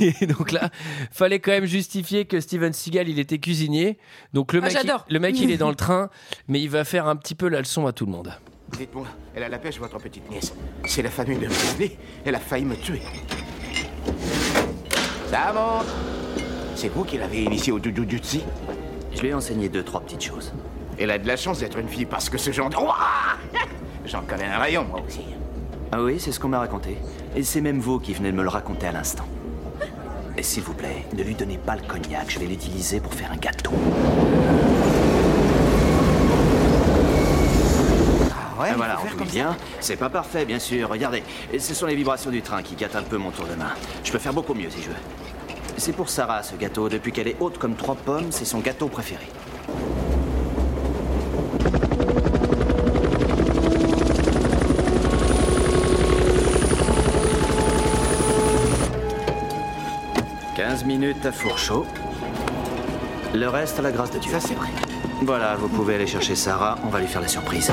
Et donc là, fallait quand même justifier que Steven Seagal, il était cuisinier. Donc le
Ah,
mec, il,
j'adore.
le mec, il est dans le train, mais il va faire un petit peu la leçon à tout le monde.
Dites-moi, elle a la pêche, votre petite nièce. C'est la famille de Weasley. Elle a failli me tuer. Ça monte. C'est vous qui l'avez initiée au doudou jutsi
Je lui ai enseigné deux, trois petites choses.
Elle a de la chance d'être une fille parce que ce genre de... Ouah J'en connais un rayon, moi aussi.
Ah oui, c'est ce qu'on m'a raconté. Et c'est même vous qui venez de me le raconter à l'instant. Et s'il vous plaît, ne lui donnez pas le cognac, je vais l'utiliser pour faire un gâteau.
Ouais,
Ah,
il
voilà,
faut
on
faire
tout
comme ça.
bien. C'est pas parfait, bien sûr. Regardez, ce sont les vibrations du train qui gâtent un peu mon tour de main. Je peux faire beaucoup mieux si je veux. C'est pour Sarah, ce gâteau. Depuis qu'elle est haute comme trois pommes, c'est son gâteau préféré. « 15 minutes à four chaud. Le reste à la grâce de Dieu.
Ça, c'est vrai.
Voilà, vous pouvez aller chercher Sarah, on va lui faire la surprise.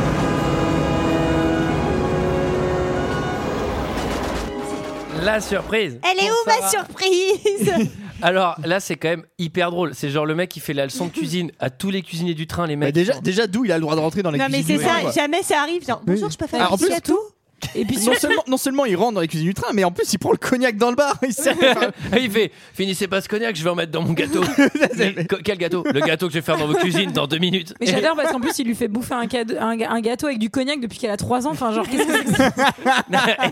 La surprise
Elle est où ma surprise
Alors là, c'est quand même hyper drôle. C'est genre le mec qui fait la leçon de cuisine à tous les cuisiniers du train, les
Bah,
mecs.
déjà, déjà d'où il a le droit de rentrer dans les
Non mais
cuisines
c'est
du
ça,
train, quoi.
jamais ça arrive. Genre, bonjour, je peux faire
Ah, en
un petit
plus,
gâteau
Et puis non seulement, non seulement il rentre dans les cuisines du train, mais en plus il prend le cognac dans le bar. Il sert- enfin,
Et il fait Finissez pas ce cognac, je vais en mettre dans mon gâteau. Mais co- quel gâteau Le gâteau que je vais faire dans vos cuisines dans deux minutes.
Mais j'adore parce qu'en plus, il lui fait bouffer un, cadeau- un, un gâteau avec du cognac depuis qu'elle a 3 ans. Enfin, genre, qu'est-ce que c'est que ça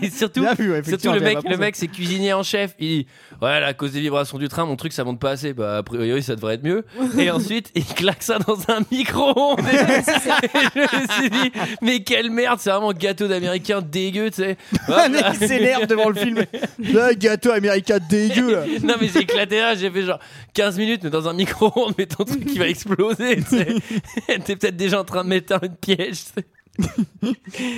Et surtout,
Bien vu, ouais,
Surtout
effectivement,
le
j'avais
mec,
pas
le
pensé.
mec c'est cuisinier en chef. Il dit ouais là, à cause des vibrations du train, mon truc ça monte pas assez. Bah a priori ça devrait être mieux. Et ensuite il claque ça dans un micro. ondes je me suis dit mais quelle merde, c'est vraiment gâteau d'américain dégueu, tu sais.
Ah, mais il s'énerve devant le film. Le gâteau américain dégueu. là.
Non mais j'ai éclaté là, j'ai fait genre 15 minutes mais dans un micro ondes mais ton truc il va exploser. tu sais. T'es peut-être déjà en train de mettre une piège. tu sais.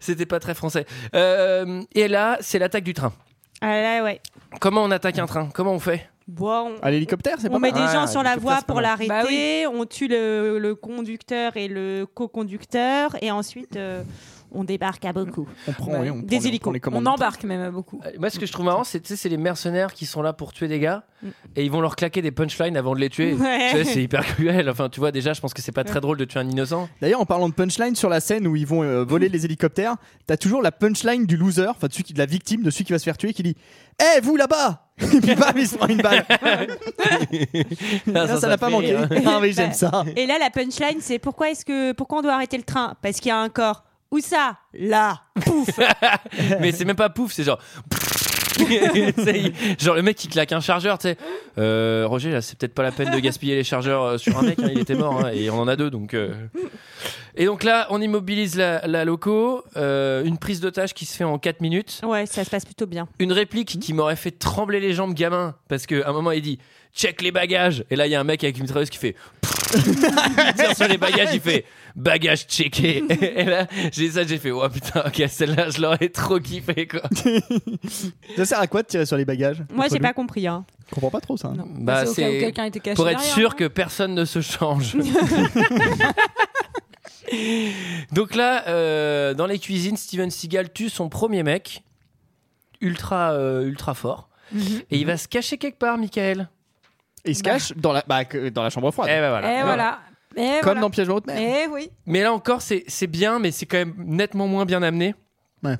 C'était pas très français. Euh, et là, c'est l'attaque du train.
Ah là, ouais.
Comment on attaque un train Comment on fait
Bon,
À Ah, l'hélicoptère, c'est
on,
pas
on met
mal.
des
Ouais,
gens sur la
l'hélicoptère,
voie
c'est pas
pour
mal.
l'arrêter,
Bah
on tue le, le conducteur et le co-conducteur, et ensuite euh, on débarque à beaucoup.
On prend, oui, on prend les- on
Des
prend
hélicos.
les
On
commandes.
embarque même à beaucoup.
Euh, Moi, ce que je trouve marrant, c'est tu sais, c'est les mercenaires qui sont là pour tuer des gars
Mm.
et ils vont leur claquer des punchlines avant de les tuer.
Ouais.
Tu sais, C'est hyper cruel. Enfin, tu vois, déjà, je pense que c'est pas très drôle de tuer un innocent.
D'ailleurs, en parlant de punchline, sur la scène où ils vont euh, voler les hélicoptères, t'as toujours la punchline du loser, enfin de, celui qui- de la victime, de celui qui va se faire tuer, qui dit Eh, vous là-bas Et puis bam, il se prend une balle.
Ah,
Là, ça
ça
n'a
te
pas
fait
manqué.
rire.
Ah oui, j'aime ça.
Et là, la punchline, c'est pourquoi est-ce que pourquoi on doit arrêter le train Parce qu'il y a un corps. Où ça Là. Pouf.
Mais c'est même pas pouf, c'est genre. Ça y est, genre le mec qui claque un chargeur, tu sais. Euh, Roger, là, c'est peut-être pas la peine de gaspiller les chargeurs euh, sur un mec, hein, il était mort, hein, et on en a deux, donc. euh. Et donc là, on immobilise la, la loco, euh, une prise d'otage qui se fait en 4 minutes,
Ouais, ça se passe plutôt bien.
une réplique qui m'aurait fait trembler les jambes, gamin, parce qu'à un moment, il dit check les bagages, et là, il y a un mec avec une mitrailleuse qui fait. il tire sur les bagages, il fait bagages checkés. Et là, j'ai ça, j'ai fait, ouais, putain, ok, celle-là, je l'aurais trop kiffé, quoi.
Ça sert à quoi de tirer sur les bagages
Moi, j'ai
Relou.
pas compris. Hein.
Je comprends pas trop ça.
Non.
Bah,
C'est au cas où
c'est
quelqu'un était caché
pour être
derrière, hein.
sûr
non
que personne ne se change. Donc là, euh, dans les cuisines, Steven Seagal tue son premier mec, ultra euh, ultra fort,
Mhm.
et il va se cacher quelque part, Michael.
Et il se cache dans, la, bah, que- dans la chambre froide.
Eh ben voilà.
Et voilà. Et
Comme
voilà.
dans Piège haute mer.
Eh oui.
Mais là encore, c'est c'est bien, mais c'est quand même nettement moins bien amené
Ouais.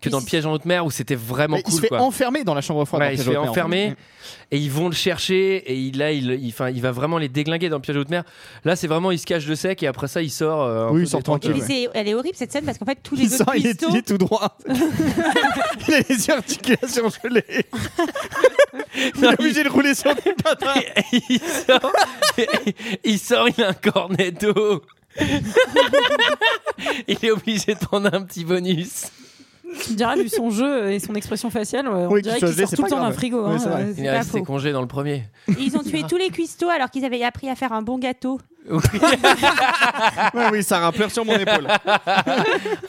que dans le piège en haute mer où c'était vraiment
Mais il
cool.
se fait
quoi.
enfermer dans la chambre froide.
Ouais,
dans
il se
Piège
fait
haute mer, en
enfermer et ils vont le chercher et il, là il, il, enfin, il va vraiment les déglinguer dans le piège haute mer. Là c'est vraiment il se cache de sec et après ça il sort. euh, un
Oui,
peu
il sort
détendu.
Et puis
ouais.
c'est- elle est horrible cette scène parce qu'en fait tous les
Il
autres
sort, il est,
pistons-
il est tout droit. il a les articulations gelées. il est obligé de rouler sur des patins.
il sort, il sort, il a un cornetto. il est obligé de prendre un petit bonus.
Tu me diras, vu son jeu et son expression faciale, on
Oui,
dirait
qu'il soit
qu'il
gelé,
sort
c'est
tout le
pas
temps d'un
grave.
frigo.
Oui,
hein,
c'est vrai.
euh,
Il
c'est
a
pas
resté
faux.
congé dans le premier.
Ils ont tué tous les cuistots alors qu'ils avaient appris à faire un bon gâteau.
Oui,
Ouais, oui, ça pleure sur mon épaule.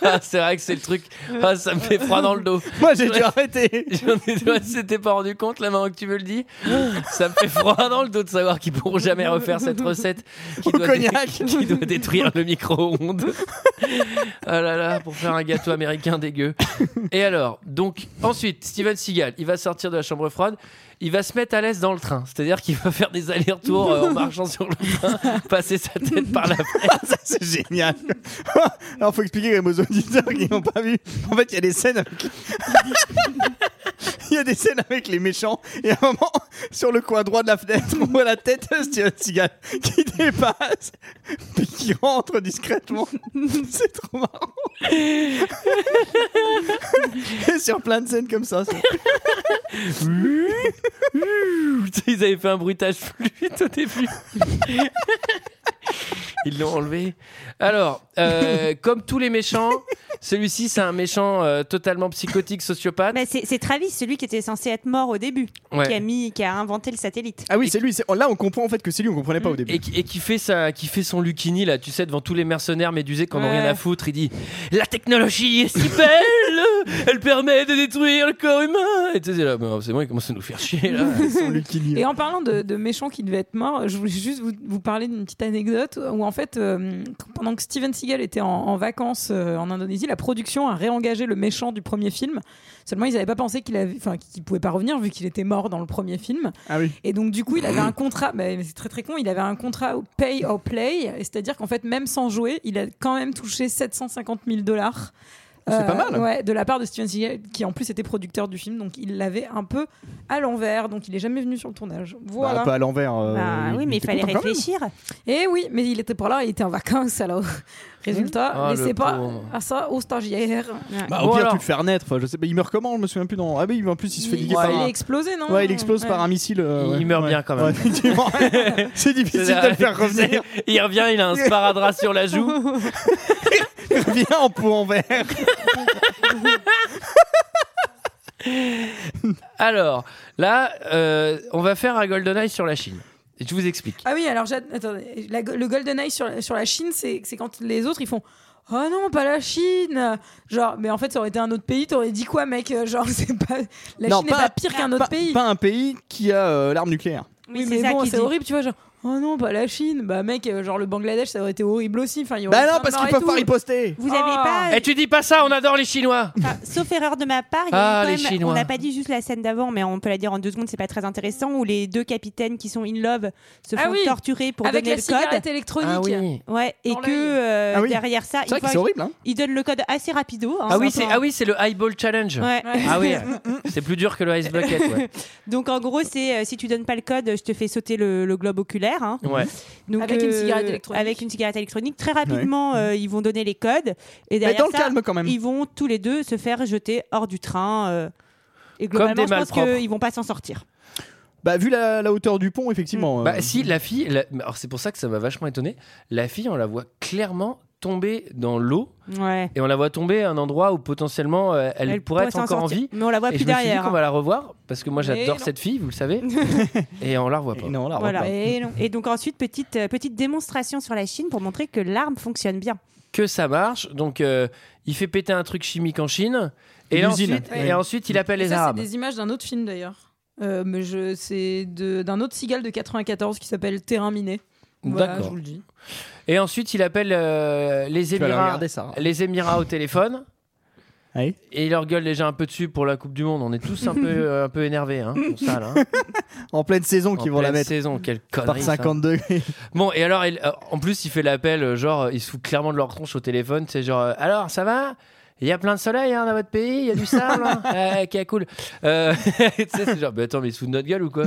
ah, c'est vrai que c'est le truc. Ah, ça me fait froid dans le dos.
Moi, j'ai dû arrêter.
J'en ai toi, tu t'es pas rendu compte la main que tu me le dis. Ça me fait froid dans le dos de savoir qu'ils pourront jamais refaire cette recette qui,
Au
doit,
cognac.
qui doit détruire le micro-ondes. Ah là là, pour faire un gâteau américain dégueu. Et alors, donc ensuite, Steven Seagal, il va sortir de la chambre froide, il va se mettre à l'aise dans le train, c'est-à-dire qu'il va faire des allers-retours euh, en marchant sur le train, passer sa tête par la fenêtre.
C'est génial. Alors, faut expliquer quand même aux auditeurs qui n'ont pas vu. En fait, il y a des scènes avec. Il y a des scènes avec les méchants. Et à un moment, sur le coin droit de la fenêtre, on voit la tête de Steven Seagal qui dépasse, puis qui rentre discrètement. C'est trop marrant. Et sur plein de scènes comme ça. c'est-
Ils avaient fait un bruitage flûte au début. Ils l'ont enlevé. Alors, euh, comme tous les méchants, celui-ci c'est un méchant euh, totalement psychotique, sociopathe.
Bah, c'est c'est Travis, celui qui était censé être mort au début, qui a
Ouais.
mis, qui a inventé le satellite.
Ah oui, c'est lui. c'est- Là, on comprend en fait que c'est lui, on comprenait pas au début.
Et, qui- et qui fait sa, qui fait son Lucini là, tu sais, devant tous les mercenaires médusés qui en ont
Ouais.
rien à foutre. Il dit la technologie est si belle, elle permet de détruire le corps humain. Et tu sais là, bon, c'est bon, il commence à nous faire chier là.
Son Lucini.
Et en parlant de, de méchants qui devaient être morts, je voulais juste vous, vous parler d'une petite anecdote où en fait, euh, pendant que Steven Seagal était en, en vacances euh, en Indonésie, la production a réengagé le méchant du premier film. Seulement, ils n'avaient pas pensé qu'il avait, enfin, qu'il pouvait pas revenir vu qu'il était mort dans le premier film.
Ah oui.
Et donc du coup, il avait un contrat. bah, mais c'est très très con. Il avait un contrat au pay or play, et c'est-à-dire qu'en fait, même sans jouer, il a quand même touché 750 000 dollars. euh,
C'est pas mal.
Ouais, de la part de Steven Seagal, qui en plus était producteur du film, donc il l'avait un peu à l'envers, donc il est jamais venu sur le tournage.
Bah,
Voilà.
un peu à l'envers. euh,
Bah oui, mais il
était
fallait
content quand même.
réfléchir.
et oui, mais il était pas là, il était en vacances alors.
Mmh.
Résultat,
Ah, le
laissez pas
pauvre.
à ça aux stagiaires.
Bah,
Bon,
au pire,
alors.
tu le fais renaître. Enfin, je sais pas, il meurt comment Je me souviens plus. Dans... Ah, oui, en plus, il se fait
il,
niquer par
il
un-
est explosé, non
Ouais, il explose par un missile. euh,
Il
ouais.
meurt
Ouais.
bien, quand même.
Ouais, effectivement. c'est difficile de le faire revenir.
Il revient, il a un sparadrap sur la joue.
Il revient en peau en verre.
Alors, là, euh, on va faire un GoldenEye sur la Chine. Et je vous explique.
Ah oui, alors j'ad- attendez, la- le Golden Eye sur, sur la Chine, c'est c'est quand les autres ils font Oh non, pas la Chine Genre, mais en fait, ça aurait été un autre pays, t'aurais dit quoi, mec Genre, c'est pas. La
Non,
Chine n'est pas pire qu'un autre
pas,
pays.
Pas un pays qui a euh, l'arme nucléaire.
oui,
Oui, c'est
mais
ça
bon,
qui
c'est
dit.
horrible, tu vois, genre. Oh Oh non, pas la Chine. Bah mec, euh, genre le Bangladesh, ça aurait été horrible aussi. Enfin, il y aurait
Bah
plein
non,
de
parce
morts
qu'ils
et
peuvent pas
tout.
riposter.
Vous
Ah.
avez pas.
Et Eh, tu dis pas ça, on adore les Chinois.
Enfin, sauf erreur de ma part, il y
Ah,
a eu
les
quand même-
Chinois.
on n'a pas dit juste la scène d'avant, mais on peut la dire en deux secondes, c'est pas très intéressant, où les deux capitaines qui sont in love se
Ah
font
oui.
torturer pour
Avec
donner
la
le code.
cigarette électronique.
Ah
Ouais, et
Dans
que
l'œil.
euh,
Ah oui.
derrière ça,
C'est
ils,
vrai que
font-
c'est horrible. Hein.
ils donnent le code assez rapido. hein,
Ah oui,
enfin.
c'est ah oui, c'est le highball challenge.
Ouais.
Ah oui, c'est plus dur que le ice bucket. Ouais.
Donc en gros, c'est euh, si tu donnes pas le code, je te fais sauter le, le globe oculaire. hein.
Ouais.
Donc, euh,
Avec une cigarette électronique.
Avec une cigarette électronique. Très rapidement, euh, ils vont donner les codes. Et
Mais
derrière
dans le
ça,
calme quand même.
ils vont tous les deux se faire jeter hors du train. euh, et
Comme
globalement,
des
je pense
malpropres.
qu'ils vont pas s'en sortir.
Bah vu la, la hauteur du pont, effectivement. euh,
Bah si, la fille. la- Alors c'est pour ça que ça m'a vachement étonné. La fille, on la voit clairement tomber dans l'eau
Ouais.
et on la voit tomber à un endroit où potentiellement euh, elle, pourrait être
s'en
encore en
sortir.
vie.
Mais on la voit
Et
plus
je me suis dit
derrière. hein.
qu'on va la revoir parce que moi
Mais
j'adore
non.
cette fille, vous le savez, et on la revoit pas.
et Non, là, on
hein. Voilà.
reprend.
Et, non. Et donc ensuite, petite, euh, petite démonstration sur la Chine pour montrer que l'arme fonctionne bien.
que ça marche. Donc, euh, il fait péter un truc chimique en Chine. Et
Une usine.
ensuite,
Ouais.
et ensuite, il appelle
Et
les
ça,
Arabes.
c'est des images d'un autre film d'ailleurs. Euh, mais je, c'est de- d'un autre cigale de 94 qui s'appelle Terrain miné. Voilà, je
D'accord.
vous le dis.
Et ensuite, il appelle euh, les
Tu vas aller
Émirats,
regarder ça. hein.
les Émirats au téléphone.
Oui.
Et il leur gueule déjà un peu dessus pour la Coupe du Monde. On est tous un peu, euh, un peu énervés hein, pour ça. Là, hein.
En pleine saison
En
qu'ils vont la
pleine
mettre.
saison, quelle
Par
connerie. ça.
52.
Bon, et alors, il- euh, en plus, il fait l'appel, euh, genre, euh, il se fout clairement de leur tronche au téléphone. C'est genre, euh, alors, ça va Il y a plein de soleil hein, dans votre pays, il y a du sable, hein Ah, ok, cool. Euh, tu sais, c'est genre, mais attends, mais il se fout de notre gueule ou quoi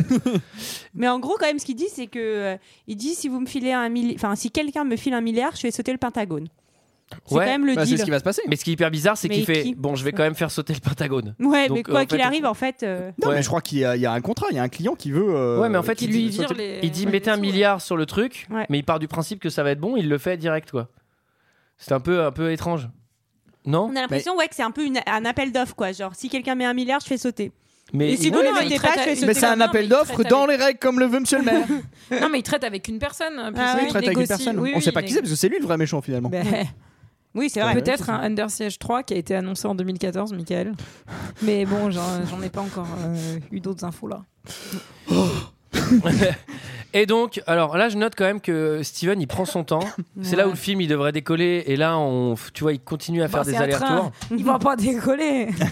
Mais en gros, quand même, ce qu'il dit, c'est que euh, il dit si vous me filez un milli- enfin si quelqu'un me file un milliard, je vais sauter le Pentagone. C'est
Ouais,
quand même le
Bah, c'est
deal.
ce qui va se passer.
Mais ce qui est hyper bizarre, c'est
Mais
qu'il fait
qui
bon, je vais quand même faire sauter le Pentagone.
Ouais,
Donc,
mais
euh,
quoi
en
qu'il
fait,
arrive, en fait. euh,
Non,
Ouais.
mais je crois qu'il y, a- il y a un contrat, il y a un client qui veut. euh,
ouais, mais en fait,
qui
il
lui
dit,
vire
sauter-
les-
il dit
les
mettez un
sous,
milliard sur le truc,
Ouais.
mais il part du principe que ça va être bon, il le fait direct, quoi. C'est un peu, un peu étrange. Non
On a l'impression ouais, que c'est un peu une- un appel d'offre, quoi. Genre, si quelqu'un met un milliard, je fais sauter.
Mais
Et si
il-
vous
Ouais,
ne
non,
le mettez
il
pas,
traite
je
à-
fais
Mais
sauter.
Mais c'est
Non,
un
mais
appel
il
d'offres
traite
dans les
avec-
règles, comme le veut monsieur le maire.
Non, mais il traite avec une personne. hein, puis
Ah
ça,
ouais.
Il traite avec une
négocie.
personne.
Oui,
On
oui,
sait pas
il
qui c'est, parce que c'est lui le vrai méchant finalement.
Ben,
négo- Bah,
Oui, c'est vrai.
Peut-être un Under Siege 3 qui a été annoncé en 2014, Michael. Mais bon, j'en j'en ai pas encore euh, eu d'autres infos là.
Et donc, alors là, je note quand même que Steven, il prend son temps. C'est là où le film, il devrait décoller. Et là, on, tu vois, il continue à faire
Bah,
des
c'est un
allers-retours.
train. Ils vont pas décoller.
Ah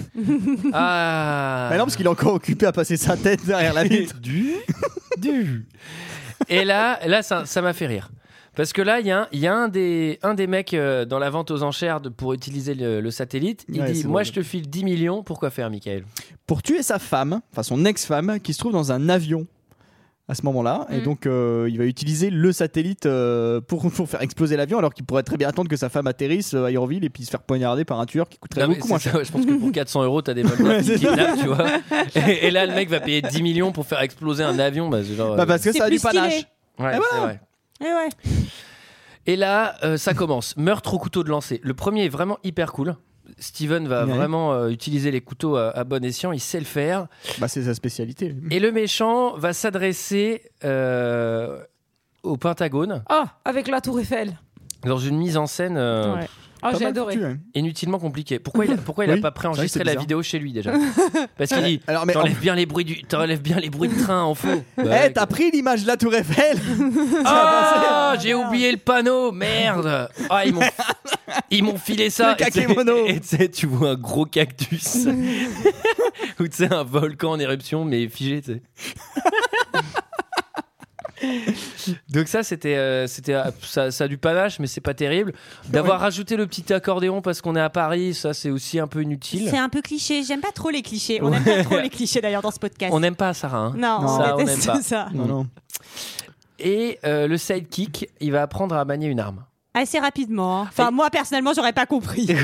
Mais Ah, non, parce qu'il est encore occupé à passer sa tête derrière la vitre.
du, du. Et là, là ça ça m'a fait rire. Parce que là, il y a, un, il y a un, des, un des mecs euh, dans la vente aux enchères de- pour utiliser le, le satellite. Il
Ouais,
dit
c'est
Moi,
drôle.
je te file 10 millions, pourquoi faire, Michael
Pour tuer sa femme, enfin son ex-femme, qui se trouve dans un avion à ce moment-là. Et
Mm.
donc, euh, il va utiliser le satellite euh, pour, pour faire exploser l'avion, alors qu'il pourrait très bien attendre que sa femme atterrisse euh, à Yorville et puis se faire poignarder par un tueur qui coûterait
Non, mais
beaucoup
c'est
moins
ça,
cher.
ouais, Je pense que pour 400 euros, t'as des bonnes
c'est
qui kidnappent, tu vois. Et, et là, le mec va payer 10 millions pour faire exploser un avion. Bah, c'est genre,
Bah,
euh,
parce que
C'est
ça a du
plus stylé.
panache.
ouais,
Ah,
c'est
voilà.
vrai.
Eh ouais.
Et là, euh, ça commence. Meurtre au couteau de lancer. Le premier est vraiment hyper cool. Steven va
Ouais.
vraiment euh, utiliser les couteaux à, à bon escient. Il sait le faire.
Bah, c'est sa spécialité.
Et le méchant va s'adresser euh, au Pentagone
Ah, avec la Tour Eiffel.
dans une mise en scène euh,
Ouais.
Ah,
Pas
j'ai
mal
adoré.
foutu, hein.
inutilement compliquée. Pourquoi il a, pourquoi il a
Oui,
pas
c'est
préenregistré
vrai que
la
c'est
vidéo chez lui déjà Parce qu'il dit
Alors, mais en-
T'enlèves bien les bruits du, t'enlèves bien les bruits de train en fond.
Eh,
Bah,
t'as pris l'image de la Tour Eiffel
Ah, j'ai oublié le panneau, merde. Ah, ils m'ont, ils m'ont filé ça.
Le
Et c'est-
kakémono.
Et tu sais, tu vois un gros cactus ou tu sais un volcan en éruption mais figé, tu sais. Donc ça c'était euh, c'était euh, ça, ça a du panache mais c'est pas terrible d'avoir rajouté le petit accordéon parce qu'on est à Paris ça c'est aussi un peu inutile
C'est un peu cliché. J'aime pas trop les clichés. On aime pas trop les clichés d'ailleurs dans ce podcast.
on n'aime pas Sarah hein.
Non,
Non.
Ça,
on
on
déteste
n'aime pas.
ça.
Non, non.
et euh, le sidekick il va apprendre à manier une arme
Assez rapidement. hein. Enfin, moi personnellement, j'aurais pas compris.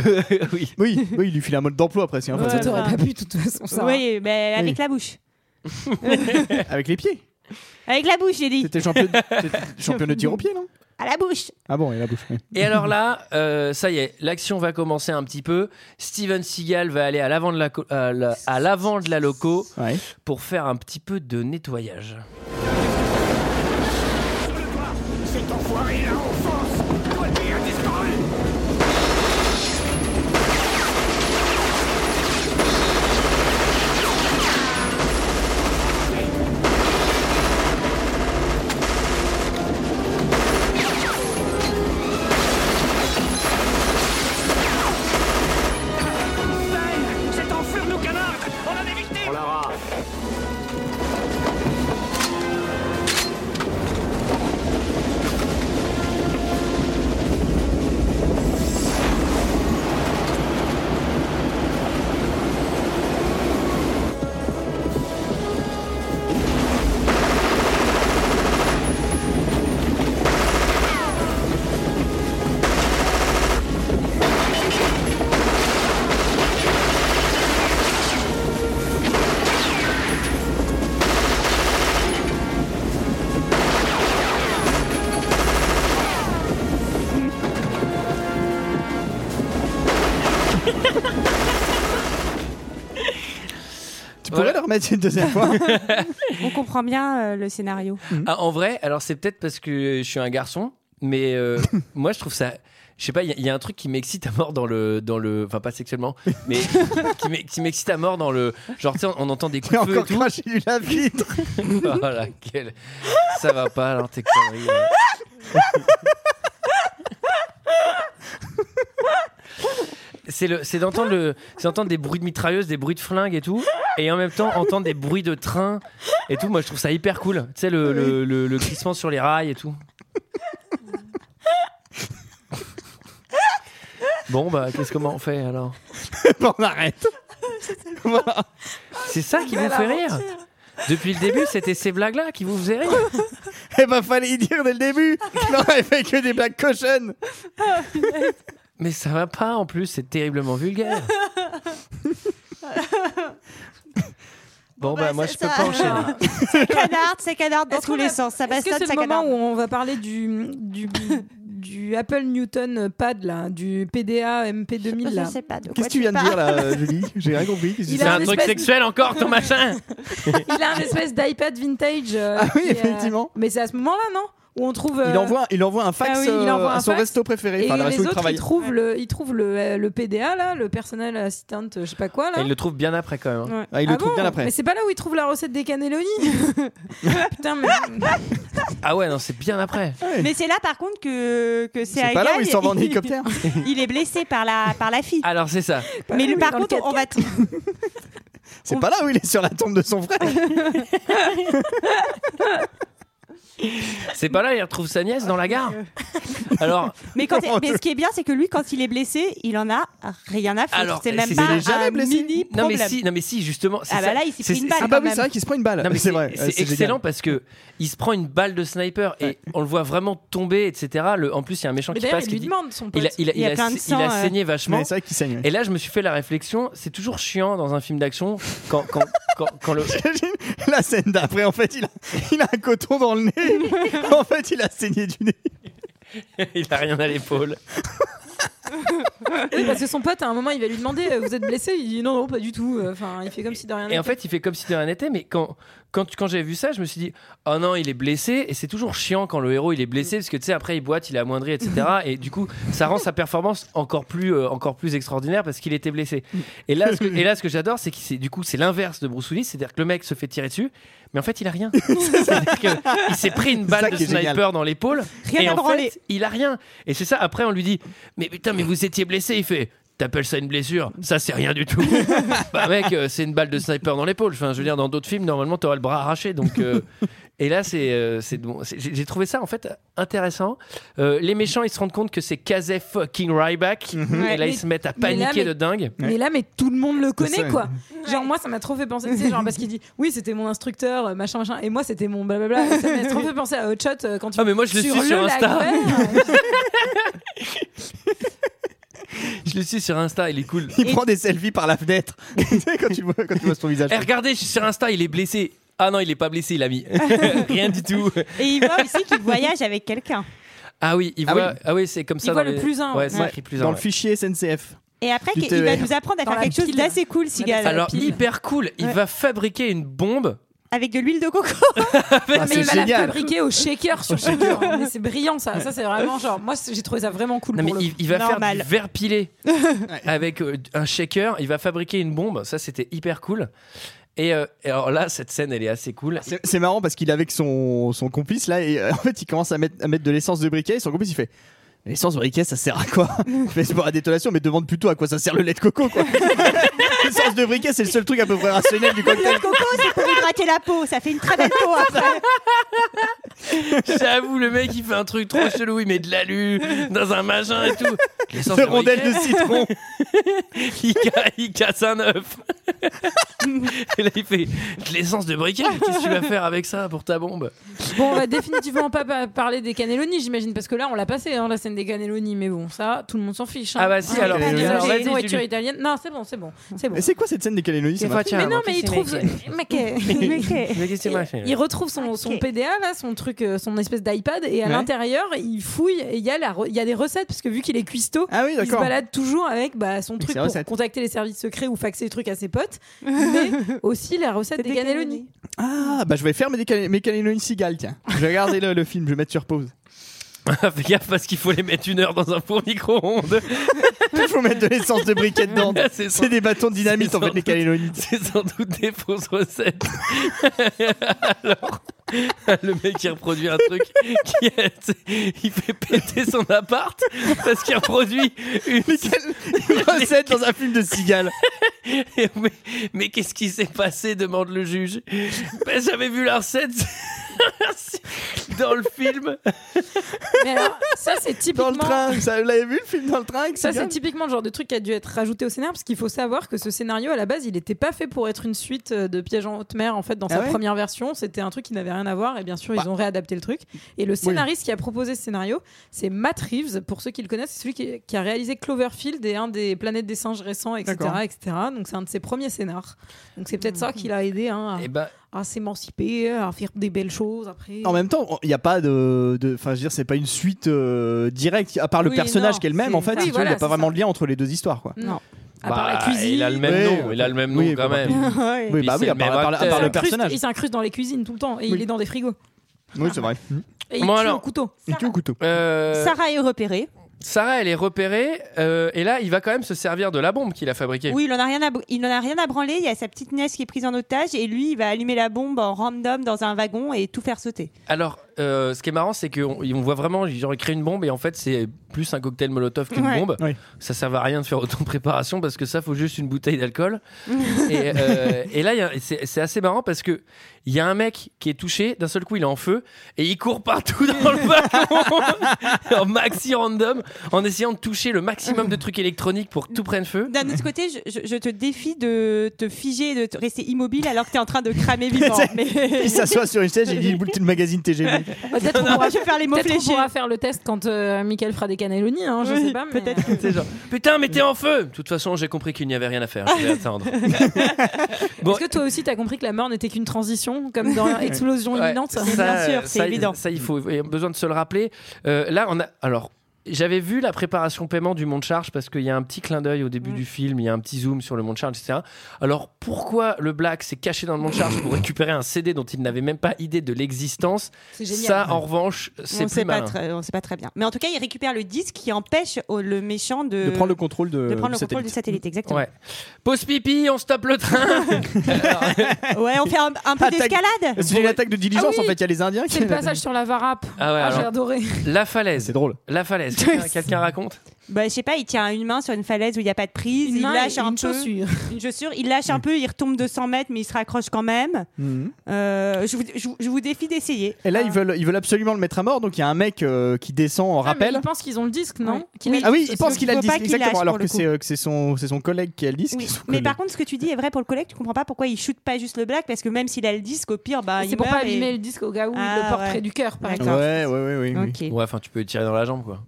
oui
Oui, oui, il lui file un mode d'emploi hein. après, c'est un
Ouais,
fait,
t'aurais pas
pu de toute façon
Oui, mais
Oui.
avec la bouche.
Avec les pieds.
Avec la bouche, j'ai dit.
T'étais champion, t'étais champion de tir au pied, non
À la bouche.
Ah bon, il a la bouche. oui.
Et alors là, euh, ça y est, l'action va commencer un petit peu. Steven Seagal va aller à l'avant de la, co- à la- à l'avant de la loco
Ouais.
pour faire un petit peu de nettoyage.
Cet enfoiré là en France Côté a disparu
pourrais
Voilà.
le remettre une deuxième fois.
On comprend bien euh, le scénario.
Ah, en vrai, alors c'est peut-être parce que je suis un garçon, mais euh, moi je trouve ça. Je sais pas, il y a- il y, a un truc qui m'excite à mort dans le. dans le, Enfin, pas sexuellement, mais qui m'ex- qui m'excite à mort dans le. Genre, tu sais, on, on entend des
J'ai
coups de feu et
encore
tout.
craché la vitre.
Voilà, quel... Oh, Ça va pas, alors tes conneries. là. C'est, le, c'est, d'entendre le, c'est d'entendre des bruits de mitrailleuses, des bruits de flingues et tout, et en même temps entendre des bruits de train et tout. Moi, je trouve ça hyper cool. Tu sais, le, le, le, le glissement sur les rails et tout. Bon, bah, qu'est-ce comment on fait alors
Bon, on arrête. Voilà.
C'est ça qui vous fait rire Depuis le début, c'était ces blagues-là qui vous faisaient rire
Eh ben, fallait y dire dès le début. Non, elle fait que des blagues cochonnes.
Mais ça va pas en plus, c'est terriblement vulgaire. bon, bah,
bah,
moi
ça-
je peux
ça-
pas enchaîner.
Ça canarde, ça canarde dans
Est-ce
tous
qu'on
les
a-
sens. Ça
Est-ce que
bastonne,
c'est
ça
le moment
canarde.
où on va parler du, du, du Apple Newton Pad, là, du PDA MP2000
Je
là.
sais pas de quoi
Qu'est-ce que tu viens de
parles.
dire là, Julie J'ai rien compris. Qu'est-ce que
Il
tu-
C'est
a
un
un
truc
espèce de-
sexuel encore ton machin
Il a un espèce d'iPad vintage. euh,
Ah oui,
qui, euh,
effectivement.
Mais c'est à ce moment-là, non Où on trouve. euh,
Il envoie, il envoie un fax
Ah oui, il
euh,
envoie un
à son
fax.
resto préféré.
Et
enfin, le
les
resto du
autres,
travail.
ils trouvent, le, ils trouvent le, euh, le PDA, là, le personnel assistant, je sais pas quoi,
Et
là.
il le trouve bien après quand même. hein.
Ouais.
Ah, il le trouve
bon
bien après.
Mais c'est pas là où ils trouvent la recette des cannelloni Putain, mais.
Ah ouais, non, c'est bien après.
Mais c'est là par contre que, que c'est
C'est pas là où
Haggai,
il s'en va en
il-
hélicoptère.
Il est blessé par la, par la fille.
Alors c'est ça.
mais lui, par
dans le
contre, on va. t-
C'est pas là où il est sur la tombe de son frère.
C'est pas là, il retrouve sa nièce dans la gare. Alors,
Mais, quand mais ce qui est bien, c'est que lui, quand il est blessé, il en a rien à foutre.
Alors,
c'est
et
même
c'est-
pas
Il
est jamais
un
blessé.
mini
non mais
problème.
si, non mais si, justement. c'est
Ah bah
ça-
là, il s'est
c'est-
pris une
c'est-
balle.
Ah bah
quand
oui,
même.
c'est vrai qu'il se prend une balle.
Non, mais
c'est vrai.
C'est excellent parce que il se prend une balle de sniper et on le voit vraiment tomber, etc. Le, en plus, il y a un méchant
Mais
qui
d'ailleurs,
passe
il
qui
lui
dit.
demande son pote.
Il a, il a-
Il y a
il a
plein de
sa- il a
sang, euh.
saigné vachement.
Mais c'est vrai qu'il saigne. ouais.
Et là, je me suis fait la réflexion, c'est toujours chiant dans un film d'action quand, quand, quand, quand le.
T'imagines la scène d'après, en fait, il a, il a un coton dans le nez. En fait, il a saigné du nez.
Il a rien à l'épaule.
Oui, parce que son pote, à un moment, il va lui demander euh, Vous êtes blessé Il dit Non, non, pas du tout. Euh, Enfin, il fait comme si de rien
Et en
n'était.
fait, il fait comme si de rien n'était, mais quand, quand, quand j'avais vu ça, je me suis dit, oh non, il est blessé, et c'est toujours chiant quand le héros il est blessé, parce que tu sais, après il boite, il est amoindri, etc. Et du coup, ça rend sa performance encore plus, euh, encore plus extraordinaire parce qu'il était blessé. Et là, ce que, et là, ce que j'adore, c'est que c'est- du coup, c'est l'inverse de Bruce Willis, c'est-à-dire que le mec se fait tirer dessus, mais en fait, il a rien. C'est-à-dire que il s'est pris une
ça
balle de
qui est génial.
sniper dans l'épaule,
Rien
et
à
en
branler.
fait, il a rien. Et c'est ça, après, on lui dit, mais putain, mais vous étiez blessé, il fait. T'appelles ça une blessure Ça, c'est rien du tout. bah, mec, euh, c'est une balle de sniper dans l'épaule. Enfin, je veux dire, dans d'autres films, normalement, t'aurais le bras arraché. Donc, euh, et là, c'est, euh, c'est bon. C'est- J'ai j'ai trouvé ça, en fait, intéressant. Euh, les méchants, ils se rendent compte que c'est Kazef fucking Ryback. Et là,
Mhm. Ouais.
ils se mettent à
Mais là,
paniquer
mais-
de dingue.
Mais là, mais tout le monde le
ça,
connaît,
ouais.
quoi. Genre, moi, ça m'a trop fait penser, tu sais, genre, parce qu'il dit Oui, c'était mon instructeur, euh, machin, machin, et moi, c'était mon blablabla. Et Ça m'a trop fait penser à Hot Shot euh, quand tu
Ah, mais moi, je le suis sur Insta. Ah,
lac vert.
Je le suis sur Insta, il est cool.
Il prend des selfies par la fenêtre. Tu sais, quand tu vois, quand tu vois son visage.
Eh, regardez, je suis sur Insta, il est blessé. Ah non, il est pas blessé, il a mis. rien du tout.
Et il voit aussi qu'il voyage avec quelqu'un.
Ah oui, il
Ah
voit. Ah oui, c'est comme ça.
voit
dans
le
les-
plus un,
Ouais, c'est
ouais.
écrit plus un,
Dans le
ouais.
fichier SNCF.
Et après,
Du
qu'il- il
TER.
va nous apprendre à
Dans
faire
la
quelque chose
pile.
d'assez cool, Sigal.
Alors,
pile.
hyper cool. Il
Ouais.
va fabriquer une bombe.
Avec de l'huile de coco.
Ah,
mais il
c'est
va la
génial.
fabriquer au shaker sur shaker. Mais c'est brillant, ça. Ça, c'est vraiment genre, moi, c'est- j'ai trouvé ça vraiment cool.
Non, mais
pour le
il, il va
Normal.
faire du verre pilé avec euh, un shaker. Il va fabriquer une bombe. Ça, c'était hyper cool. Et, euh, et alors là, cette scène, elle est assez cool.
C'est c'est marrant parce qu'il est avec son, son complice là et euh, en fait il commence à mettre, à mettre de l'essence de briquet et son complice il fait L'essence de briquet ça sert à quoi Il fait c'est pour la détonation mais demande plutôt à quoi ça sert le lait de coco quoi. l'essence de briquet c'est le seul truc à peu près rationnel du
L'huile
cocktail.
de coco, c'est pour hydrater la peau. Ça fait une très belle peau après.
J'avoue, le mec, il fait un truc trop chelou. Il met de l'alu dans un machin et tout. L'essence
De
de
rondelles de
briquet,
citron.
il, ca- il casse un œuf. et là, il fait de l'essence de briquet. mais Qu'est-ce que tu vas faire avec ça pour ta bombe
Bon, on va définitivement pas pa- parler des cannelloni, j'imagine, parce que là, on l'a passé, hein, la scène des cannelloni, mais bon, ça, tout le monde s'en fiche. hein.
Ah bah si,
Ah,
alors,
les
alors,
cannelloni,
vas-y,
les nourritures
Julie.
italiennes. Non, c'est bon, c'est bon, c'est bon.
Mais c'est hein, quoi cette scène des calénonies ça m'a-
Mais non, mais il trouve.
Mais
Mec,
Ok.
qu'est-ce que tu m'as fait
Il retrouve son, son
Ok.
PDA là, son truc euh, son espèce d'iPad et à
Ouais.
l'intérière il fouille et il y, a la re- il y a des recettes parce que vu qu'il est cuistot
Ah oui,
il se
d'accord.
balade toujours avec bah, son truc
ses
pour
recettes.
contacter les services secrets ou faxer des trucs à ses potes mais aussi la recette des cannelloni
Ah, bah je vais faire mes, déca- mes Caneloni Seagal, tiens. Je vais regarder le, le film, je vais mettre sur pause.
Fais gaffe parce qu'il faut les mettre une heure dans un four micro-ondes.
Il faut mettre de l'essence de briquet dedans.
C'est sans-
C'est des bâtons de dynamite
c'est
en fait,
sans
les
doute-
Caneloni.
C'est sans doute des fausses recettes. Alors, le mec qui reproduit un truc, qui est- il fait péter son appart parce qu'il reproduit une.
Une recette dans un film de Seagal.
Mais, mais qu'est-ce qui s'est passé demande le juge. Ben, J'avais vu la recette dans le film.
Ah. mais alors ça c'est typiquement
Dans le train. Ça, vous l'avez vu le film dans le train avec
Ça, c'est
Seagal
typiquement le genre de truc qui a dû être rajouté au scénario, parce qu'il faut savoir que ce scénario, à la base, il n'était pas fait pour être une suite euh, de Piège en haute mer, en fait, dans
Ah
sa
ouais
première version. C'était un truc qui n'avait rien à voir, et bien sûr,
Bah.
ils ont réadapté le truc. Et le scénariste qui a proposé ce scénario, c'est Matt Reeves, pour ceux qui le connaissent, c'est celui qui, qui a réalisé Cloverfield et un des Planètes des singes récents, etc.
D'accord. Hmm.
etc. Donc, c'est un de ses premiers scénars. Donc, c'est peut-être ça qui l'a aidé hein,
Et ben,
à, à s'émanciper, à faire des belles choses après.
En même temps, il n'y a pas de. de- Enfin, je veux dire, c'est pas une suite euh, directe, à part le
Oui,
personnage
non,
qu'elle-même, en
c'est-
fait.
Oui,
Il
voilà,
n'y a pas
c'est
vraiment
ça.
de lien entre les deux histoires, quoi.
Non. À
bah,
part la cuisine.
il a le même
Oui,
nom, il a le même nom
oui,
quand
bah,
Ah
même.
Oui,
Puis
bah
c'est le
oui, à part,
même
à part- à
acteur.
part le
Il
S'incruste-
personnage.
Il s'incruste dans les cuisines tout le temps et
Oui.
il est dans des frigos.
Oui, c'est vrai.
Et
Bon,
il tue
alors.
au couteau.
Il tue au couteau.
Euh,
Sarah est repérée.
Sarah, elle est repérée euh, et là, il va quand même se servir de la bombe qu'il a fabriquée.
Oui, il en a rien à, br- il en a rien à branler. Il y a sa petite nièce qui est prise en otage et lui, il va allumer la bombe en random dans un wagon et tout faire sauter.
Alors, euh, ce qui est marrant, c'est qu'on on voit vraiment, genre, il crée une bombe et en fait, c'est plus un cocktail Molotov qu'une
Ouais.
bombe.
Oui.
Ça ne sert à rien de faire autant de préparation parce que ça, faut juste une bouteille d'alcool. et, euh, et là, il y a- c'est c'est assez marrant parce que il y a un mec qui est touché, d'un seul coup, il est en feu et il court partout dans le wagon en maxi random en essayant de toucher le maximum de trucs électroniques pour que tout prenne feu.
D'un autre côté, je, je- je te défie de te figer, et de te- rester immobile alors que t'es en train de cramer vivant. Mais...
Il s'assoit sur une chaise et il lit le bulletin de magazine TGV.
Peut-être qu'on
Non,
pourra
je vais faire les mots
Peut-être qu'on
fléchés.
pourra faire le test quand euh, Michael fera des cannelloni, hein, je
Oui,
sais pas. mais-
peut-être.
C'est genre, putain, mettez en feu! De toute façon, j'ai compris qu'il n'y avait rien à faire. Je vais attendre. Bon.
Est-ce que toi aussi t'as compris que la mort n'était qu'une transition, comme dans Explosion
Ouais,
imminente
Bien sûr, c'est
ça,
évident.
Ça, il faut il y a besoin de se le rappeler. Euh, là, on a. Alors. J'avais vu la préparation paiement du monde charge parce qu'il y a un petit clin d'œil au
Mm.
début du film, il y a un petit zoom sur le monde charge, etc. Alors pourquoi le Black s'est caché dans le monde charge pour récupérer un CD dont il n'avait même pas idée de l'existence
C'est génial.
Ça, en revanche, c'est
On
plus
sait, pas
malin.
très, on sait pas très bien. Mais en tout cas, il récupère le disque qui empêche au- le méchant de,
De prendre le contrôle de,
de prendre
du
le contrôle
satellite.
du satellite. Exactement.
Ouais. Pause pipi, on stoppe le train.
Ouais, on fait un, un peu
Attaque.
d'escalade.
C'est une attaque de diligence
Ah oui.
en fait, il y a les Indiens qui.
C'est le passage sur la varap.
Ah ouais,
Ah, j'ai
alors,
adoré.
la
C'est
falaise.
drôle.
La falaise. Quelqu'un- Quelqu'un raconte
Bah, je sais pas, il tient une main sur une falaise où il n'y a pas de prise, il
main
lâche
et
un
une
peu.
chaussure.
Une chaussure, il lâche
Mm.
un peu, il retombe de 100 mètres, mais il se raccroche quand même. Euh, je, vous, je vous- je vous défie d'essayer.
Et là, ils veulent, ils veulent absolument le mettre à mort, donc il y a un mec euh, qui descend en rappel.
Ah, Ils pensent qu'ils ont le disque, non
Ouais.
Qu'il a
Oui.
le
Ah oui,
disque
il
sur
pense
ce-
qu'il a le
faut pas
disque,
qu'il
exactement,
lâche,
alors
pour
que
le
c'est euh, que c'est son, c'est son collègue qui a le disque.
Oui.
son
Mais
collègue.
par contre, ce que tu dis est vrai pour le collègue. Tu comprends pas pourquoi il shoot pas juste le black parce que même s'il a le disque, au pire, bah, il
C'est pour
meurt
pas
et-
abîmer le disque au cas où
Ah,
le portrait
ouais.
du cœur, par exemple.
D'accord.
Ouais, ouais, ouais, ouais, oui.
Ok.
Ouais, enfin, tu peux lui tirer dans la jambe, quoi.